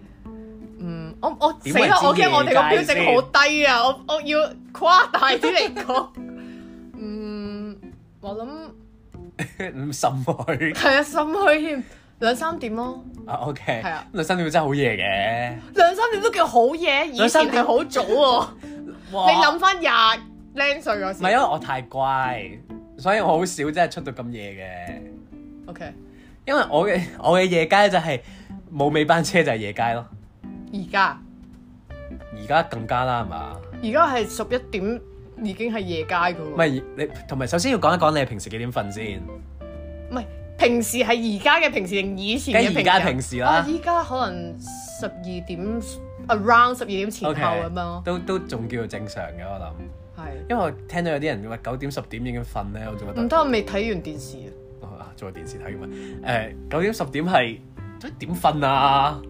Speaker 2: 嗯，我我
Speaker 3: 點
Speaker 2: 死啦！
Speaker 3: 為
Speaker 2: 我
Speaker 3: 之
Speaker 2: 驚我哋個
Speaker 3: 夜
Speaker 2: 標
Speaker 3: 街
Speaker 2: 準好低啊！我我要誇大啲嚟講，嗯，我諗
Speaker 3: 唔滲佢
Speaker 2: 係啊，心虛添，兩三點咯，
Speaker 3: 啊，OK，À,
Speaker 2: 係啊
Speaker 3: 兩三點真係好夜嘅。
Speaker 2: 兩三點都叫好夜，以前
Speaker 3: 兩三點
Speaker 2: 係好早喎、
Speaker 3: 哇
Speaker 2: 你諗翻廿零歲嗰
Speaker 3: 唔係因為
Speaker 2: 時
Speaker 3: 我太乖，所以我好少真係出到咁夜嘅。
Speaker 2: ，OK，
Speaker 3: 因為我嘅 我嘅夜街就係冇尾班車就係夜街咯，
Speaker 2: 而家
Speaker 3: 而家更加啦係嘛？
Speaker 2: 而家係十一點已經係夜街噶
Speaker 3: 唔
Speaker 2: 喎，
Speaker 3: 係你同埋首先要講一講你平時幾點瞓先？
Speaker 2: 唔係平時係而家嘅平時定以前嘅
Speaker 3: 梗係而家
Speaker 2: 平
Speaker 3: 平
Speaker 2: 時
Speaker 3: 時
Speaker 2: 啊？
Speaker 3: 啦
Speaker 2: 依家可能十二點 around 十二點前後
Speaker 3: OK，
Speaker 2: 咁樣咯，
Speaker 3: 都都仲叫做正常嘅我諗，
Speaker 2: 係
Speaker 3: 因為我聽到有啲人話九點十點已經瞓咧，我仲覺
Speaker 2: 唔
Speaker 3: 得
Speaker 2: 得，我未睇完電視啊，
Speaker 3: 啊做個電視睇咁啊誒九點十點係都點瞓啊？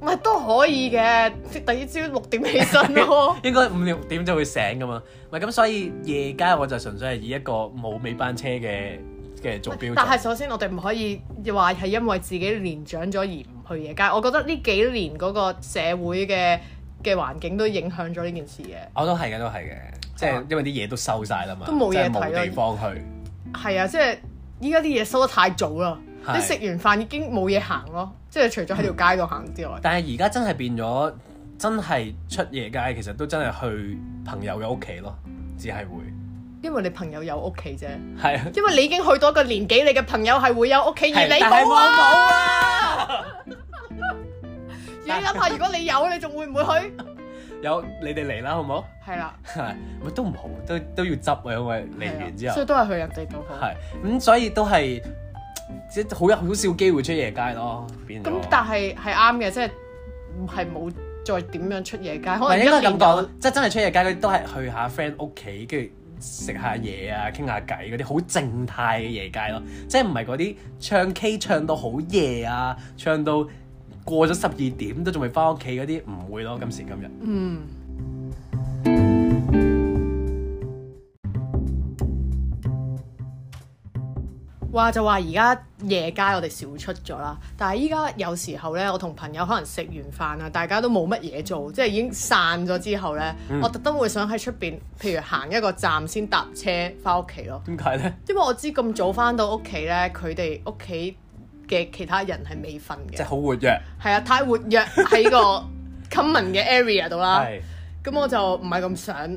Speaker 2: 唔係都可以嘅，即第二朝六點起 身 咯。
Speaker 3: 應該五六點就會醒噶嘛，咪咁所以夜街我就純粹係以一個冇尾班車嘅嘅做標準。
Speaker 2: 但係首先我哋唔可以話係因為自己年長咗而唔去夜街，我覺得呢幾年嗰個社會嘅嘅環境都影響咗呢件事嘅。
Speaker 3: 我都係嘅，都係嘅，即
Speaker 2: 係嘛
Speaker 3: 係因為啲嘢都收晒啦嘛，
Speaker 2: 啊都冇嘢
Speaker 3: 即係
Speaker 2: 睇啦
Speaker 3: 冇地方去。
Speaker 2: 係啊，即係依家啲嘢收得太早啦，
Speaker 3: 係
Speaker 2: 你食完飯已經冇嘢行咯，即係除咗喺條街度行之外，
Speaker 3: 但係而家真係變咗，真係出夜街，其實都真係去朋友嘅屋企咯，只係會
Speaker 2: 因為你朋友有屋企啫，
Speaker 3: 係啊。
Speaker 2: 因為你已經去到一個年紀，你嘅朋友係會有屋企，而
Speaker 3: 係
Speaker 2: 你
Speaker 3: 但係
Speaker 2: 冇
Speaker 3: 我
Speaker 2: 啊！
Speaker 3: 冇啊！
Speaker 2: 你諗下，如果你有，你仲會唔會去？
Speaker 3: 有你哋嚟啦，好唔好？
Speaker 2: 係啦，
Speaker 3: 係咪都唔好，都都要執啊，因為嚟完之
Speaker 2: 所
Speaker 3: 後
Speaker 2: 以都係去人哋度好。
Speaker 3: 係咁，所以都係即係好有好少機會出夜街咯，變咗
Speaker 2: 咁。但係係啱嘅，即係係冇再點樣出夜街，
Speaker 3: 唔
Speaker 2: 可能
Speaker 3: 係
Speaker 2: 一
Speaker 3: 應該
Speaker 2: 年
Speaker 3: 咁講，即係真係出夜街嗰啲都係去下 friend 屋企，跟住食下嘢啊，傾下偈嗰啲好靜態嘅夜街咯，即係唔係嗰啲唱 K 唱到好夜啊，唱到過咗十二點都仲未翻屋企嗰啲唔會咯，今時今日。
Speaker 2: 嗯，話就話而家夜街我哋少出咗啦，但係依家有時候呢，我同朋友可能食完飯啊，大家都冇乜嘢做，即係已經散咗之後呢，
Speaker 3: 嗯
Speaker 2: 我特登會想喺出邊，譬如行一個站先搭車翻屋企咯，
Speaker 3: 點解咧？
Speaker 2: 因為我知咁早翻到屋企呢，佢哋屋企嘅其他人係未瞓
Speaker 3: 即係
Speaker 2: 嘅，
Speaker 3: 好活躍，
Speaker 2: 係啊，太活 躍喺個 common 嘅 area 度啦。
Speaker 3: 係。哦
Speaker 2: 咁我就唔係咁想，
Speaker 3: 然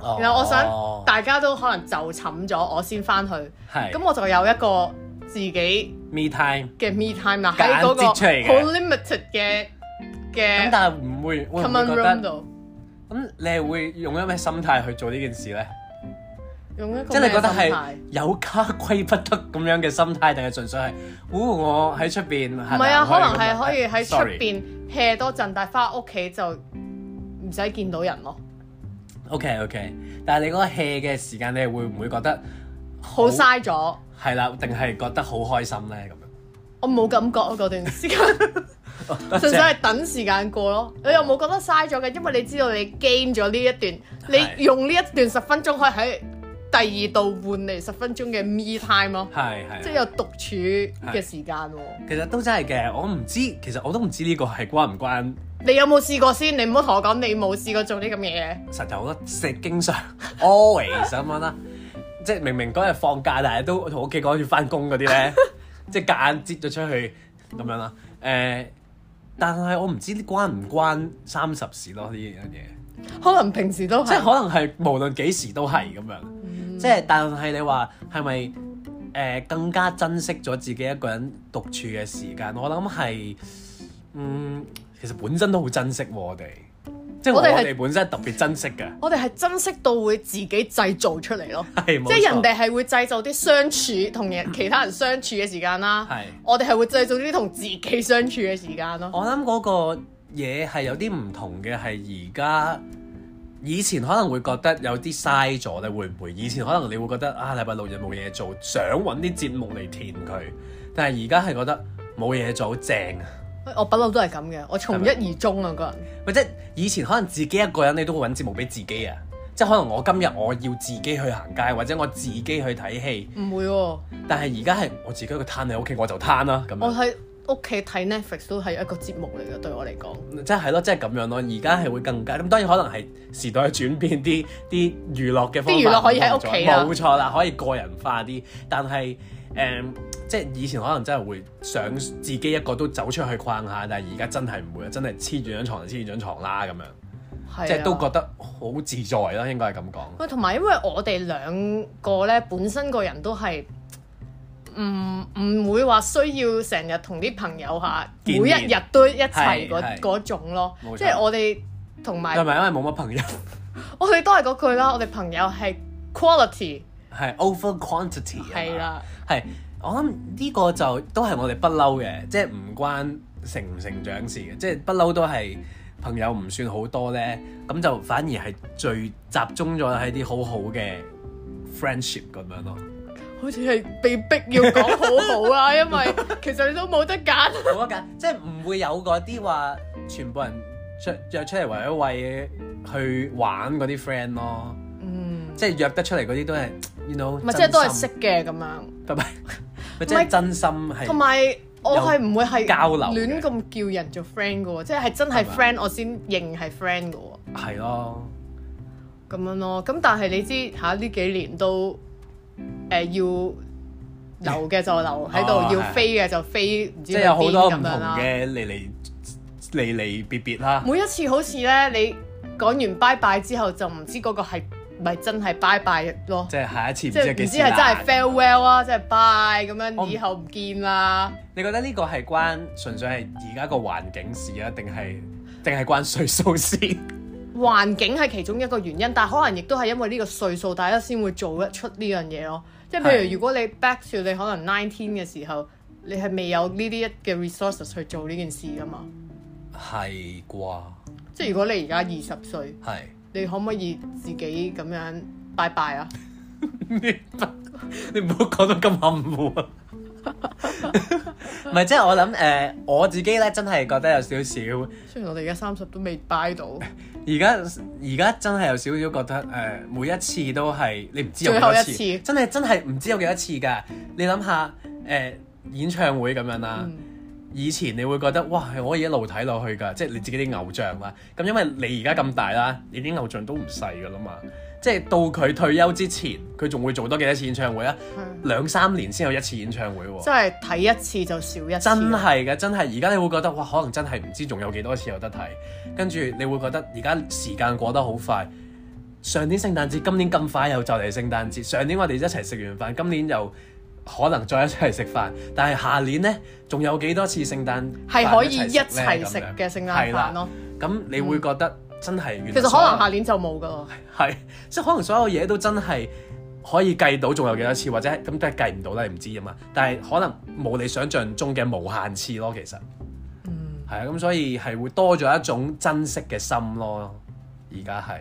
Speaker 2: 啊然後我想大家都可能就冚咗，我先翻去。
Speaker 3: 哦係
Speaker 2: 咁我就有一個自己
Speaker 3: me time，
Speaker 2: 嘅 me time 啦，
Speaker 3: 夾
Speaker 2: 喺
Speaker 3: 硬
Speaker 2: 嗰個
Speaker 3: 擠出嚟嘅
Speaker 2: 好 limited 嘅
Speaker 3: 咁
Speaker 2: 嘅
Speaker 3: 但係唔會會唔會
Speaker 2: common
Speaker 3: 覺
Speaker 2: room
Speaker 3: 得
Speaker 2: 度，
Speaker 3: 咁你係會用一咩心態去做呢件事咧？
Speaker 2: 用一個
Speaker 3: 即係你覺得
Speaker 2: 咩心
Speaker 3: 係
Speaker 2: 態
Speaker 3: 有家歸不得咁樣嘅心態，定係純粹係，哦，我喺出邊唔
Speaker 2: 唔係啊？可能係可以喺出邊 hea 多陣，但係翻屋企就唔使見到人咯，
Speaker 3: OK OK，但係你嗰個 hea 嘅時間，你會唔會覺得
Speaker 2: 好嘥咗。
Speaker 3: 係啦？定係覺得好開心咧？咁樣
Speaker 2: 我冇感覺啊！嗰段時 間，純粹係等時間過咯。你又冇覺得嘥咗嘅，因為你知道你 gain 咗呢一段，
Speaker 3: 係
Speaker 2: 你用呢一段十分鐘可以喺第二度換嚟十分鐘嘅 me time 咯，
Speaker 3: 係係，
Speaker 2: 即係有獨處嘅時間喎。
Speaker 3: 其實都真係嘅。我唔知，其實我都唔知呢個係關唔關
Speaker 2: 你有冇試過先？你唔好同我講你冇試過做啲咁嘅嘢。
Speaker 3: 實有啦，食經常 always 咁樣啦，即係明明嗰日放假，但係都同屋企講要翻工嗰啲咧， 即係夾硬擠咗出去咁樣啦。誒、但係我唔知關唔關三十事咯呢樣嘢，
Speaker 2: 可能平時都
Speaker 3: 即係
Speaker 2: 係，
Speaker 3: 可能係無論幾時都係咁樣。即係但係你話係咪誒更加珍惜咗自己一個人獨處嘅時間？我諗係嗯，其實本身都好珍惜喎我哋，即係我
Speaker 2: 我哋係
Speaker 3: 哋本身係特別珍惜嘅。
Speaker 2: 我哋係珍惜到會自己製造出嚟咯。
Speaker 3: 係 冇
Speaker 2: 即係
Speaker 3: 錯
Speaker 2: 人哋係會製造啲相處同人其他人相處嘅時間啦。
Speaker 3: 係
Speaker 2: 我哋係會製造啲同自己相處嘅時間咯。
Speaker 3: 我諗嗰個嘢係有啲唔同嘅，係而家以前可能會覺得有啲嘥咗咧，會唔會？以前可能你會覺得啊，禮拜六日冇嘢做，想揾啲節目嚟填佢，但係而家係覺得冇嘢做正啊！
Speaker 2: 我不嬲都係咁嘅，我從
Speaker 3: 係
Speaker 2: 一
Speaker 3: 咪
Speaker 2: 而終啊個人。
Speaker 3: 或者以前可能自己一個人你都會揾節目俾自己啊，即係可能我今日我要自己去行街，或者我自己去睇戲，
Speaker 2: 唔會喎，
Speaker 3: 但係而家係我自己一個攤喺屋企我就攤啦咁
Speaker 2: 我
Speaker 3: 樣。
Speaker 2: 喺屋企睇 Netflix 都係一個節目嚟嘅，對我嚟講。
Speaker 3: 即係係咯，即係咁樣咯。而家係會更加咁，當然可能係時代嘅轉變，啲啲娛樂嘅方法
Speaker 2: 啲娛樂可以喺屋企啊啦
Speaker 3: 冇錯啦，可以個人化啲。但係誒、嗯即係以前可能真係會想自己一個都走出去逛下，但係而家真係唔會啦，真係黐住張床就黐住張床啦咁樣，
Speaker 2: 係啊
Speaker 3: 即係都覺得好自在啦，應該係咁講。
Speaker 2: 喂，同埋因為我哋兩個咧，本身個人都係唔唔會話需要成日同啲朋友嚇，每
Speaker 3: 見
Speaker 2: 一
Speaker 3: 面
Speaker 2: 日都一齊
Speaker 3: 係
Speaker 2: 嗰
Speaker 3: 係
Speaker 2: 嗰種咯
Speaker 3: 冇。錯
Speaker 2: 即係我啊哋同埋
Speaker 3: 係咪因為冇乜朋友？
Speaker 2: 我哋都係嗰句啦，我哋朋友係 quality
Speaker 3: 係 over quantity 啊嘛
Speaker 2: 係啦，
Speaker 3: 係我諗呢個就都係我哋不嬲嘅，即係唔關成唔成長事嘅，即係不嬲都係朋友唔算好多咧，咁就反而係最集中咗喺啲好好嘅 friendship 咁樣咯。
Speaker 2: 好似係被逼要講好好啊，因為其實你都冇得 揀。
Speaker 3: 冇得啊揀，即係唔會有嗰啲話全部人約約出嚟為咗為去玩嗰啲 friend 咯，
Speaker 2: 嗯，
Speaker 3: 即係約得出嚟嗰啲都係 you know，
Speaker 2: 咪即係都係
Speaker 3: 真
Speaker 2: 識
Speaker 3: 心，
Speaker 2: 嘅咁樣。
Speaker 3: 拜 拜，咪即係真心係
Speaker 2: 同埋我係唔會係
Speaker 3: 交流嘅
Speaker 2: 亂咁叫人做 friend 嘅喎，即係真係
Speaker 3: 係嘛
Speaker 2: friend 我先認係 friend 嘅喎，
Speaker 3: 係咯。
Speaker 2: 咁樣咯。咁但係你知嚇呢幾年都誒、呃要留嘅就留喺
Speaker 3: 哦
Speaker 2: 度，要
Speaker 3: 係
Speaker 2: 飛嘅就飛，唔知
Speaker 3: 即係有好
Speaker 2: 去邊
Speaker 3: 多唔
Speaker 2: 咁
Speaker 3: 同
Speaker 2: 樣啦。
Speaker 3: 嘅離離離離別別啦。
Speaker 2: 每一次好似咧，你講完拜拜之後，就唔知嗰個係咪真係拜拜咯，
Speaker 3: 即係下一次唔
Speaker 2: 即
Speaker 3: 知
Speaker 2: 係唔
Speaker 3: 係幾
Speaker 2: 知
Speaker 3: 時
Speaker 2: 係真
Speaker 3: 啦
Speaker 2: 係 farewell 啊，即係 bye 咁
Speaker 3: 我
Speaker 2: 樣，
Speaker 3: 唔
Speaker 2: 以後唔見啊啦。
Speaker 3: 你覺得呢個係關純粹係而家個環境事啊，定係定係關歲數事？
Speaker 2: 環境係其中一個原因，但可能亦都係因為呢個歲數，大家先會做得出呢樣嘢咯。即係譬
Speaker 3: 係
Speaker 2: 如如果你 back to 你可能 nineteen 嘅時候，你係未有呢啲嘅 resources 去做呢件事噶嘛。
Speaker 3: 係啩？
Speaker 2: 即係如果你而家二十歲，
Speaker 3: 係。
Speaker 2: 你可唔可以自己咁樣拜拜啊？
Speaker 3: 你不你唔好講到咁含糊 啊！唔係，即係我諗誒、呃我自己咧真係覺得有少少。
Speaker 2: 雖然我哋而家三十都未拜 到，
Speaker 3: 而家而家真係有少少覺得誒、呃每一次都係你唔知有幾
Speaker 2: 最後
Speaker 3: 多
Speaker 2: 一
Speaker 3: 次，
Speaker 2: 次
Speaker 3: 真係真係唔知有幾多次㗎。你諗下誒演唱會咁樣啦，
Speaker 2: 嗯
Speaker 3: 以前你會覺得哇係可以一路睇落去㗎，即係你自己啲偶像啦。咁因為你而家咁大啦，你啲偶像都唔細㗎啦嘛。即係到佢退休之前，佢仲會做多幾多次演唱會啊？
Speaker 2: 嗯
Speaker 3: 兩三年先有一次演唱會喎。
Speaker 2: 真係睇一次就少一次。啊
Speaker 3: 真係嘅，真係而家你會覺得哇，可能真係唔知仲有幾多次有得睇，跟住你會覺得而家時間過得好快。上年聖誕節，今年咁快又就嚟聖誕節。上年我哋一齊食完飯，今年又可能再一齊食飯，但係下年呢，仲有幾多次聖誕飯
Speaker 2: 係可以
Speaker 3: 齊
Speaker 2: 一
Speaker 3: 呢
Speaker 2: 齊食
Speaker 3: 咁樣
Speaker 2: 嘅聖誕
Speaker 3: 係
Speaker 2: 飯
Speaker 3: 啦
Speaker 2: 咯。
Speaker 3: 咁你會覺得真係原來
Speaker 2: 其實
Speaker 3: 所有
Speaker 2: 可能下年就冇噶啦。
Speaker 3: 係，即係可能所有嘢都真係可以計到仲有幾多次，或者係咁都係計唔到啦，你唔知啊嘛。但係可能冇你想象中嘅無限次咯，其實。嗯。係啊，咁所以係會多咗一種珍惜嘅心咯。而家係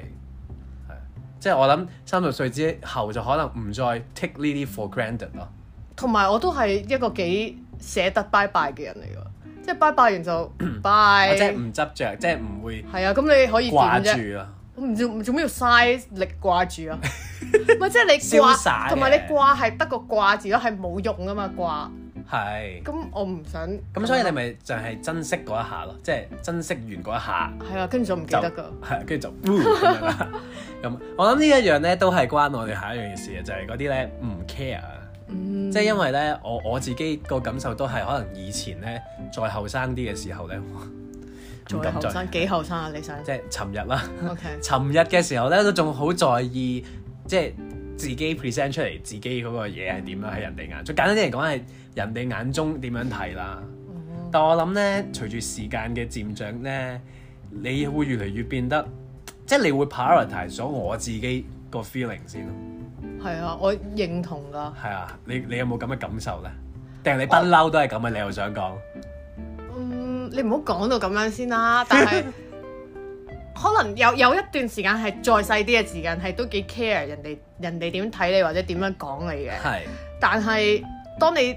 Speaker 3: 係，即係我諗三十歲之後就可能唔再 take 呢啲 for granted 咯。
Speaker 2: 同埋我都係一個幾捨得拜拜嘅人嚟㗎，即係拜拜 完就拜。
Speaker 3: 即係唔執着，即係唔會
Speaker 2: 係啊，咁你可以點
Speaker 3: 掛
Speaker 2: 啫？
Speaker 3: 住啊。
Speaker 2: 唔知做咩要嘥力掛 住啊？唔係即係你
Speaker 3: 瀟灑
Speaker 2: 掛，
Speaker 3: 嘅
Speaker 2: 同埋你掛係得個掛字咯，係冇用㗎嘛掛。
Speaker 3: 係。
Speaker 2: 咁我唔想。啊
Speaker 3: 咁所以你咪就係珍惜嗰一下咯，即係珍惜完嗰一下。
Speaker 2: 係啊，跟住就唔記
Speaker 3: 就
Speaker 2: 得㗎。
Speaker 3: 係跟住就 boom 咁樣 啦。咁我諗呢一樣咧都係關我哋下一樣嘢事嘅，就係嗰啲咧唔 care 啊。
Speaker 2: 嗯
Speaker 3: 即係因為咧，我我自己個感受都係可能以前咧，再後生啲嘅時候咧，哇唔
Speaker 2: 再
Speaker 3: 敢
Speaker 2: 後
Speaker 3: 再
Speaker 2: 生幾後生啊？你想
Speaker 3: 即係尋日啦，
Speaker 2: ？OK，
Speaker 3: 尋日嘅時候咧都仲好在意，即係自己 present 出嚟自己嗰個嘢係點樣喺人哋眼，最簡單啲嚟講係人哋眼中點樣睇啦。
Speaker 2: 嗯
Speaker 3: 但我諗咧，隨住時間嘅漸長咧，你會越嚟越變得，即係你會 prioritize 咗我自己個 feeling 先咯。
Speaker 2: 係啊，我認同㗎。
Speaker 3: 係啊，你你有冇咁嘅感受咧？定係你不嬲都係咁啊？你又想講？
Speaker 2: 嗯，你唔好講到咁樣先啦，但係可能有有一段時間係再細啲嘅時間係都幾 care 人哋人哋點睇你或者點樣 講你嘅，
Speaker 3: 係
Speaker 2: 但係當你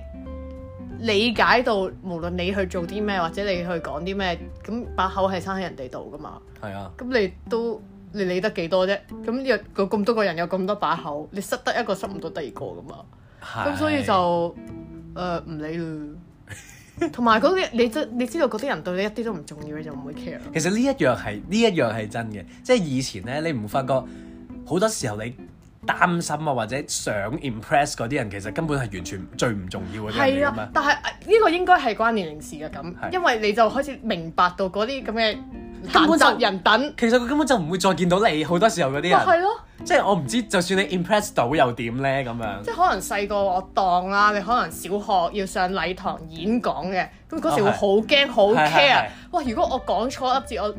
Speaker 2: 理解到無論你去做啲咩或者你去講啲咩，咁把口係生喺人哋度噶嘛，
Speaker 3: 係啊，
Speaker 2: 咁你都你理得幾多啫？咁有個咁多個人有咁多把口，你塞得一個塞唔到第二個噶嘛。咁
Speaker 3: 係
Speaker 2: 所以就呃誒唔、理 啦。同埋嗰啲你知你知道嗰啲人對你一啲都唔重要，你就唔會 care 咯。
Speaker 3: 其實呢一樣係呢一樣係真嘅，即係以前咧，你唔發覺好多時候你擔心啊，或者想 impress 嗰啲人，其實根本係完全最唔重要嗰啲
Speaker 2: 係
Speaker 3: 人嚟㗎嘛
Speaker 2: 啊，。但係呃呢個應該係關年齡事嘅咁，
Speaker 3: 係
Speaker 2: 因為你就開始明白到嗰啲咁嘅
Speaker 3: 根本就
Speaker 2: 閒雜人等，
Speaker 3: 其實佢根本就唔會再見到你，好多時候嗰啲
Speaker 2: 咪
Speaker 3: 人，
Speaker 2: 係咯，
Speaker 3: 即係我唔知，就算你 impress 到又點咧咁樣
Speaker 2: 即。係可能細個我當啦，你可能小學要上禮堂演講嘅，咁嗰時會
Speaker 3: 哦係
Speaker 2: 好驚好
Speaker 3: 係係
Speaker 2: care
Speaker 3: 係。
Speaker 2: 哇！如果我講錯一字，我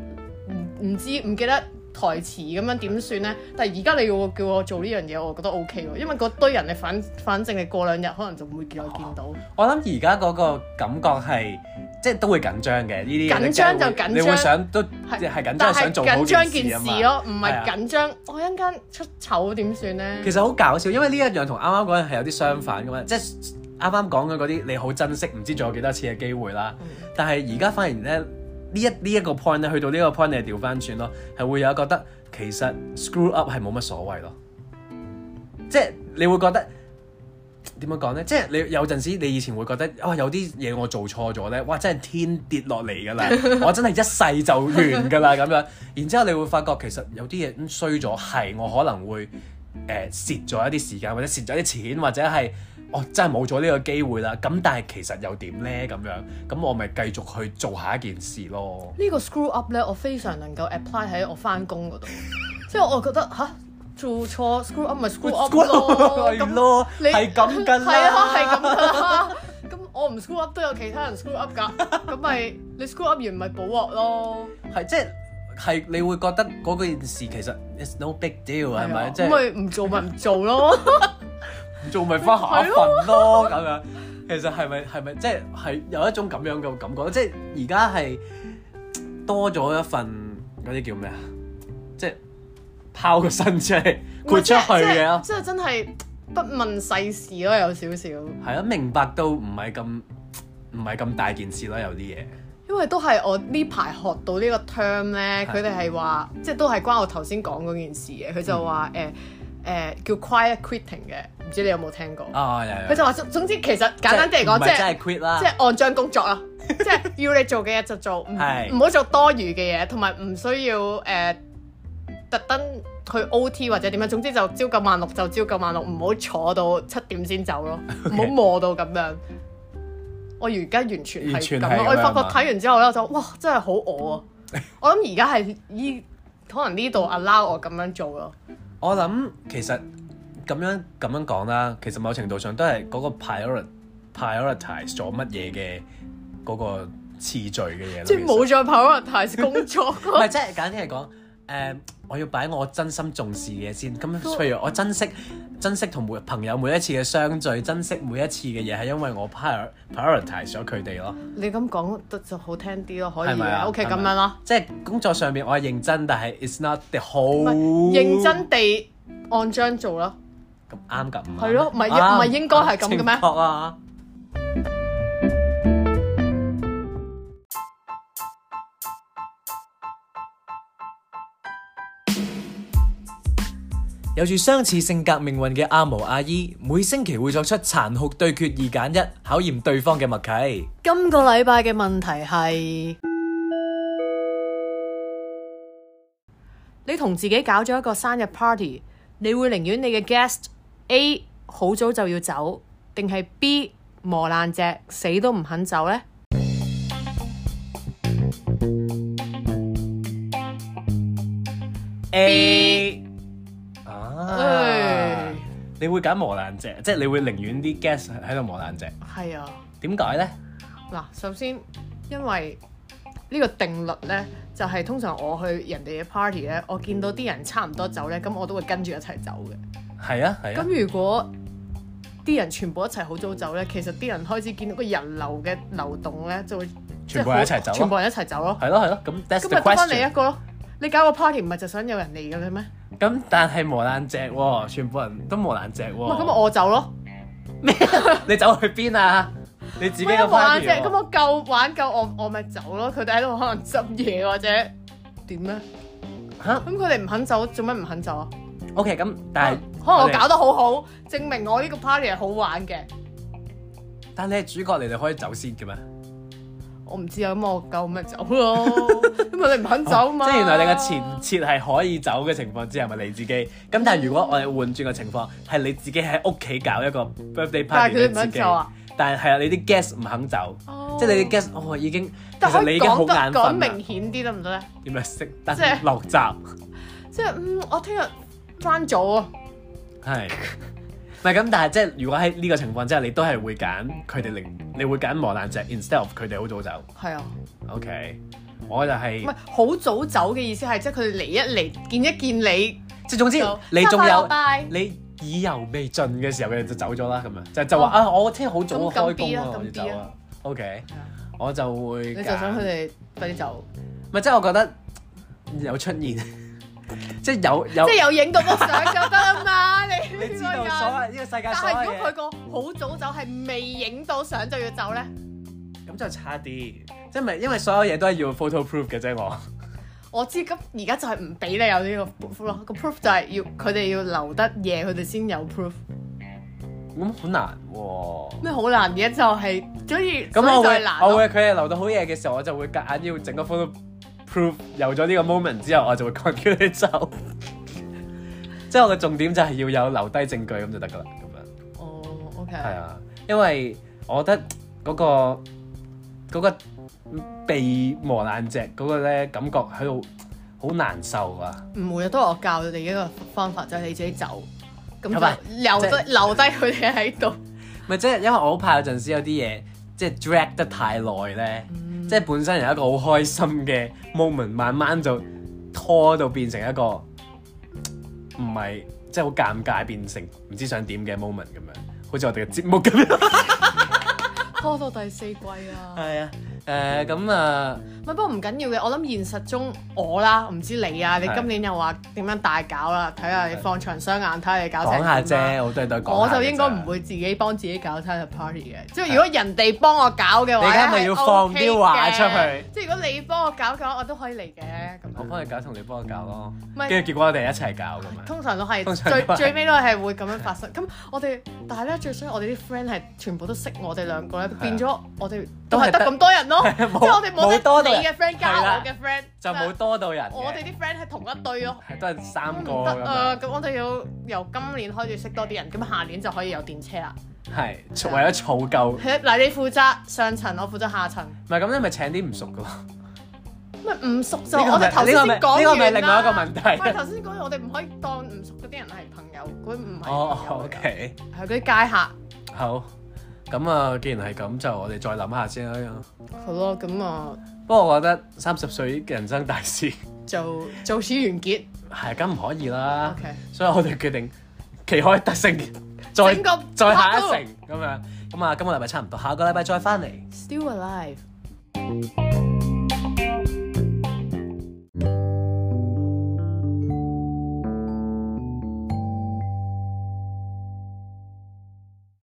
Speaker 2: 唔唔知唔記得台詞咁樣點算呢？但係而家你要我叫我做呢樣嘢，我覺得 O K 喎，因為嗰堆人你反反正你過兩日可能就唔會再見到。
Speaker 3: 我諗而家嗰個感覺係，即係都會緊張嘅呢啲嘢。
Speaker 2: 緊張就
Speaker 3: 你梗係會
Speaker 2: 緊張
Speaker 3: 你會想都
Speaker 2: 係
Speaker 3: 係緊
Speaker 2: 但
Speaker 3: 張，
Speaker 2: 係
Speaker 3: 想做好
Speaker 2: 緊張
Speaker 3: 件
Speaker 2: 件
Speaker 3: 事啊
Speaker 2: 事
Speaker 3: 嘛。
Speaker 2: 咯，唔
Speaker 3: 係啊
Speaker 2: 係緊張。我一陣間出醜點算呢？
Speaker 3: 其實好搞笑，因為呢一樣同啱啱嗰樣係有啲相反噶嘛，即係啱啱講嘅嗰啲你好珍惜，唔知仲有幾多次嘅機會啦。但係而家反而咧呢一呢一個 point 咧，去到呢個 point 你係調翻轉咯，係會有覺得其實 screw up 係冇乜所謂咯，即係你會覺得。點樣講咧？即係你有陣時，你以前會覺得哇，有啲嘢我做錯咗咧，哇，真係天跌落嚟 㗎啦！我真係一世就完㗎啦咁樣。然之後你會發覺其實有啲嘢嗯衰咗，係我可能會呃誒蝕咗一啲時間，或者蝕咗啲錢，或者係我真係冇咗呢個機會啦。咁但係其實又點咧？咁樣咁我咪繼續去做下一件事咯。
Speaker 2: 呢個 screw up 咧，我非常能夠 apply 喺我翻工嗰度， 即係我覺得吓，做錯 screw up 咪 screw up 咯，
Speaker 3: 係咯，
Speaker 2: 你
Speaker 3: 係咁㗎
Speaker 2: 係啊，係
Speaker 3: 啦，
Speaker 2: 咁噶啦。咁我唔 screw up 都有其他人 screw up 㗎，咁咪你 screw up 完咪補鑊咯，
Speaker 3: 係即係係你會覺得嗰件事其實 it's no big deal 係
Speaker 2: 啊
Speaker 3: 咪？即
Speaker 2: 咁
Speaker 3: 係。
Speaker 2: 咪唔做咪唔做咯，
Speaker 3: 做咪翻下一份咯咁樣。其實係咪係咪即係係有一種咁樣嘅感覺，即係而家係多咗一份嗰啲叫咩啊？即係拋個身出嚟，豁出去嘅咯。
Speaker 2: 即係真係不問世事咯，有少少，
Speaker 3: 係啊，明白到唔係咁唔係咁大件事啦，有啲嘢
Speaker 2: 因為都係我呢排學到呢個 term 咧，
Speaker 3: 係
Speaker 2: 佢哋係話即係都係關我頭先講嗰件事嘅，佢就話
Speaker 3: 嗯
Speaker 2: 誒誒叫 quiet quitting 嘅，唔知你有冇聽過？
Speaker 3: 啊，有有
Speaker 2: 佢就話總總之其實簡單啲嚟
Speaker 3: 唔
Speaker 2: 講，
Speaker 3: 係
Speaker 2: 即係
Speaker 3: 真。係 quit 啦，
Speaker 2: 即係按章工作 啊，即係要你做嘅嘢就做，唔
Speaker 3: 係
Speaker 2: 唔好做多餘嘅嘢，同埋唔需要誒、呃特登去 OT 或者點樣，總之就朝九晚六就朝九晚六，唔好坐到七點先走 咯，唔好磨到咁樣。我而家完全
Speaker 3: 完
Speaker 2: 係
Speaker 3: 全
Speaker 2: 咁
Speaker 3: 係
Speaker 2: 咯，
Speaker 3: 咁
Speaker 2: 我發
Speaker 3: 樣
Speaker 2: 覺
Speaker 3: 嘛
Speaker 2: 睇完之後咧，我就哇真係好餓啊！ 我諗而家係依可能呢度 allow 我咁樣做咯，
Speaker 3: 我諗其實咁樣咁樣講啦，其實某程度上都係嗰個 priori prioritize 咗乜嘢嘅嗰個次序嘅嘢咯。
Speaker 2: 即係冇再 prioritize 工作
Speaker 3: 唔
Speaker 2: 咯。
Speaker 3: 係，即係簡單啲嚟講，誒、我要擺我真心重視嘅嘢先。咁 譬如我珍惜珍惜同每朋友每一次嘅相聚，珍惜每一次嘅嘢，係因為我 prior prioritize 咗佢哋咯。
Speaker 2: 你咁講得就好聽啲咯，可以
Speaker 3: 係咪啊
Speaker 2: 嘅，OK
Speaker 3: 係
Speaker 2: 咁
Speaker 3: 咪
Speaker 2: 樣啦。
Speaker 3: 即係工作上面我係認真，但係 it's not the
Speaker 2: 唔係
Speaker 3: whole
Speaker 2: 認真地按章做咯。
Speaker 3: 咁啱㗎，唔啱
Speaker 2: 係咯唔係應
Speaker 3: 啱
Speaker 2: 唔係應該 係咁嘅咩
Speaker 3: 正確啊！
Speaker 4: 有住相似性格命運嘅阿毛阿姨，每星期會作出殘酷對決二揀一，考驗對方嘅默契。
Speaker 2: 今個禮拜嘅問題係：你同自己搞咗一個生日 party，你會寧願你嘅 guest A 好早就要走，定係 B 磨爛隻死都唔肯走呢？B
Speaker 3: 啊
Speaker 2: 唉，
Speaker 3: 你會揀磨爛隻，即係你會寧願啲 gas 喺度磨爛隻，
Speaker 2: 係啊。
Speaker 3: 點解咧？
Speaker 2: 嗱，首先因為呢個定律呢，就係、通常我去人哋嘅 party 呢，我見到啲人差唔多走呢，咁我都會跟住一齊走嘅。
Speaker 3: 係啊係啊，
Speaker 2: 咁如果啲人全部一齊好早走呢，其實啲人開始見到個人流嘅流動呢，就會
Speaker 3: 全部人一齊走
Speaker 2: 即係好全部
Speaker 3: 咯，
Speaker 2: 人一齊走咯。
Speaker 3: 係咯係咯，咁 that's
Speaker 2: 咁
Speaker 3: the
Speaker 2: 咪得翻你啊
Speaker 3: question
Speaker 2: 一。個咯。你搞個 party 唔係就想有人嚟嘅咧咩？
Speaker 3: 咁但係磨爛隻喎，全部人都磨爛隻喎。
Speaker 2: 唔係咁我走咯，
Speaker 3: 你走去邊啊？你自己
Speaker 2: 咩
Speaker 3: 個
Speaker 2: 玩
Speaker 3: party 喎
Speaker 2: 啫？咁我夠玩夠，我我咪走咯。佢哋喺度可能執嘢或者 點咧？
Speaker 3: 嚇
Speaker 2: 咁佢哋唔肯走，做咩唔肯走啊？
Speaker 3: ？OK，咁但係
Speaker 2: 啊可能我
Speaker 3: 哋
Speaker 2: 搞得好好，證明我呢個 party 係好玩嘅。
Speaker 3: 但你係主角，你哋可以走先嘅咩？
Speaker 2: 我唔知啊，咁我夠咪走 咯。咁佢哋唔肯走嘛。
Speaker 3: 哦即係原來你嘅前設係可以走嘅情況之下，咪你自己。咁但係如果我哋換轉個情況，係你自己喺屋企搞一個 birthday
Speaker 2: 但
Speaker 3: party，
Speaker 2: 係佢哋
Speaker 3: 你
Speaker 2: 唔
Speaker 3: 自
Speaker 2: 肯
Speaker 3: 己
Speaker 2: 走啊。
Speaker 3: 但係係啊，你啲 guest 唔肯走，
Speaker 2: 哦
Speaker 3: 即係你啲 guest 哦已經，其
Speaker 2: 但
Speaker 3: 實
Speaker 2: 可
Speaker 3: 你已
Speaker 2: 以
Speaker 3: 經好
Speaker 2: 講得
Speaker 3: 眼
Speaker 2: 講
Speaker 3: 瞓
Speaker 2: 明
Speaker 3: 啦。
Speaker 2: 顯啲得唔得咧？
Speaker 3: 點樣熄
Speaker 2: 即
Speaker 3: 燈
Speaker 2: 係
Speaker 3: 落閘？
Speaker 2: 即係嗯，我聽日翻早啊。
Speaker 3: 係。唔係咁，但係即係如果喺呢個情況之下，你都係會揀佢哋零，你會揀磨爛隻 instead of 佢哋好早走。
Speaker 2: 係啊，
Speaker 3: OK，我就係、
Speaker 2: 唔係好早走嘅意思係即係佢哋嚟一嚟見一見你，
Speaker 3: 即係總之
Speaker 2: 就
Speaker 3: 你仲
Speaker 2: 生日
Speaker 3: 有
Speaker 2: 快樂拜
Speaker 3: 你意猶未盡嘅時候，佢哋就走咗啦，咁樣就就話啊，我聽日好早
Speaker 2: 哦咁
Speaker 3: 開
Speaker 2: 咁
Speaker 3: 工
Speaker 2: B 啦
Speaker 3: 啊，我要
Speaker 2: 咁 B
Speaker 3: 走啊
Speaker 2: 啦。
Speaker 3: OK，
Speaker 2: 係啊
Speaker 3: 我就會
Speaker 2: 你
Speaker 3: 你
Speaker 2: 就想佢哋快啲走，
Speaker 3: 唔係即係我覺得有出現， 即係有有
Speaker 2: 即係有影到幅相就得啦嘛。你
Speaker 3: 你知道
Speaker 2: 呢個人
Speaker 3: 所 謂呢個世界
Speaker 2: 但
Speaker 3: 所
Speaker 2: 係如
Speaker 3: 有
Speaker 2: 果佢
Speaker 3: 嘢，
Speaker 2: 個好早走係未影到相就要走咧，
Speaker 3: 咁就差啲，即係咪因為所有嘢都係要 photo proof 嘅啫，我
Speaker 2: 我知咁而家就係唔俾你有呢個 proof 咯，個 proof 就係要佢哋要留得夜，佢哋先有 proof。
Speaker 3: 咁好難喎。
Speaker 2: 咩好難嘅就係，所以
Speaker 3: 咁
Speaker 2: 所以
Speaker 3: 我
Speaker 2: 就
Speaker 3: 會
Speaker 2: 係難
Speaker 3: 我
Speaker 2: 咯。
Speaker 3: 會佢哋留到好夜嘅時候，我就會夾硬要整個 photo proof 有咗呢個 moment 之後，我就會趕佢哋走。 即係我嘅重點就係要有留低證據咁就得噶啦，咁
Speaker 2: 哦，OK，
Speaker 3: 樣係啊，因為我覺得嗰、個嗰、個被磨爛隻嗰個咧感覺喺度好難受啊！
Speaker 2: 唔會啊，都係我教佢哋一個方法，就係你自己走，咁
Speaker 3: 係咪
Speaker 2: 就留
Speaker 3: 即係
Speaker 2: 低留低佢哋喺度。
Speaker 3: 咪即係因為我好怕有陣時有啲嘢即係 drag 得太耐咧，
Speaker 2: 嗯
Speaker 3: 即係本身有一個好開心嘅 moment，慢慢就拖到變成一個唔係即係好尷尬，變成唔知想點嘅 moment 咁樣，好似我哋嘅節目咁樣。
Speaker 2: 拖到第四季啊！
Speaker 3: 係啊，誒咁啊，
Speaker 2: 唔係，不過唔緊要嘅。我諗現實中我啦，唔知你啊，你
Speaker 3: 係
Speaker 2: 今年又話點樣大搞啦？睇下你放長雙眼，睇下你搞成
Speaker 3: 講下
Speaker 2: 點啦
Speaker 3: 啫，我都係對講
Speaker 2: 我
Speaker 3: 下嘅啫
Speaker 2: 就應該唔。會自己幫自己搞生日 party 嘅，即係如果人哋幫我搞嘅話，
Speaker 3: 你而家咪要放啲話出去
Speaker 2: 係 OK 嘅即係如果你幫我搞嘅話，我都可以嚟嘅咁
Speaker 3: 我
Speaker 2: 樣。
Speaker 3: 幫你搞同你幫我搞咯，
Speaker 2: 唔係
Speaker 3: 跟住結果我哋一齊搞咁樣。
Speaker 2: 通常都係
Speaker 3: 通常都係
Speaker 2: 最最尾都係會咁樣發生。咁我哋但係咧最衰，我哋啲 friend 係全部都識我哋兩個咧，變咗我哋都
Speaker 3: 啊都
Speaker 2: 係
Speaker 3: 係
Speaker 2: 得
Speaker 3: 得
Speaker 2: 咁多人咯。即
Speaker 3: 冇
Speaker 2: 係我哋冇得
Speaker 3: 冇多到人
Speaker 2: 你嘅 friend 加
Speaker 3: 係啦
Speaker 2: 我嘅 friend，
Speaker 3: 就冇多到人嘅，
Speaker 2: 我哋啲 friend 係同一隊咯。
Speaker 3: 係都係三個咁
Speaker 2: 唔得
Speaker 3: 樣
Speaker 2: 啊！。咁我哋要由今年開始識多啲人，咁啊下年就可以有電車啦。
Speaker 3: 係為咗儲夠，唔
Speaker 2: 嗱，你負責上層，我負責下層。
Speaker 3: 係咁你咪請啲唔熟嘅咯。
Speaker 2: 咪唔熟就
Speaker 3: 呢個
Speaker 2: 我
Speaker 3: 咪
Speaker 2: 哋頭先
Speaker 3: 呢個咪
Speaker 2: 先講
Speaker 3: 呢
Speaker 2: 完
Speaker 3: 個咪
Speaker 2: 啦
Speaker 3: 另外一個問題
Speaker 2: 喂，頭先講完我哋唔可以當唔熟嗰啲人係朋友，佢唔係朋友
Speaker 3: 哦
Speaker 2: 嚟㗎
Speaker 3: ，OK，
Speaker 2: 係嗰啲街客。
Speaker 3: 好。咁啊，既然係咁，就我哋再諗下先啦。
Speaker 2: 好咯，咁啊
Speaker 3: 不過我覺得三十歲嘅人生大事
Speaker 2: 就就此完結。
Speaker 3: 係咁唔可以啦
Speaker 2: OK
Speaker 3: 所以我哋決定旗開得勝，再
Speaker 2: 整個
Speaker 3: 再下一
Speaker 2: part two
Speaker 3: 城咁樣。咁啊，今個禮拜差唔多，下個禮拜再翻嚟。
Speaker 2: Still alive。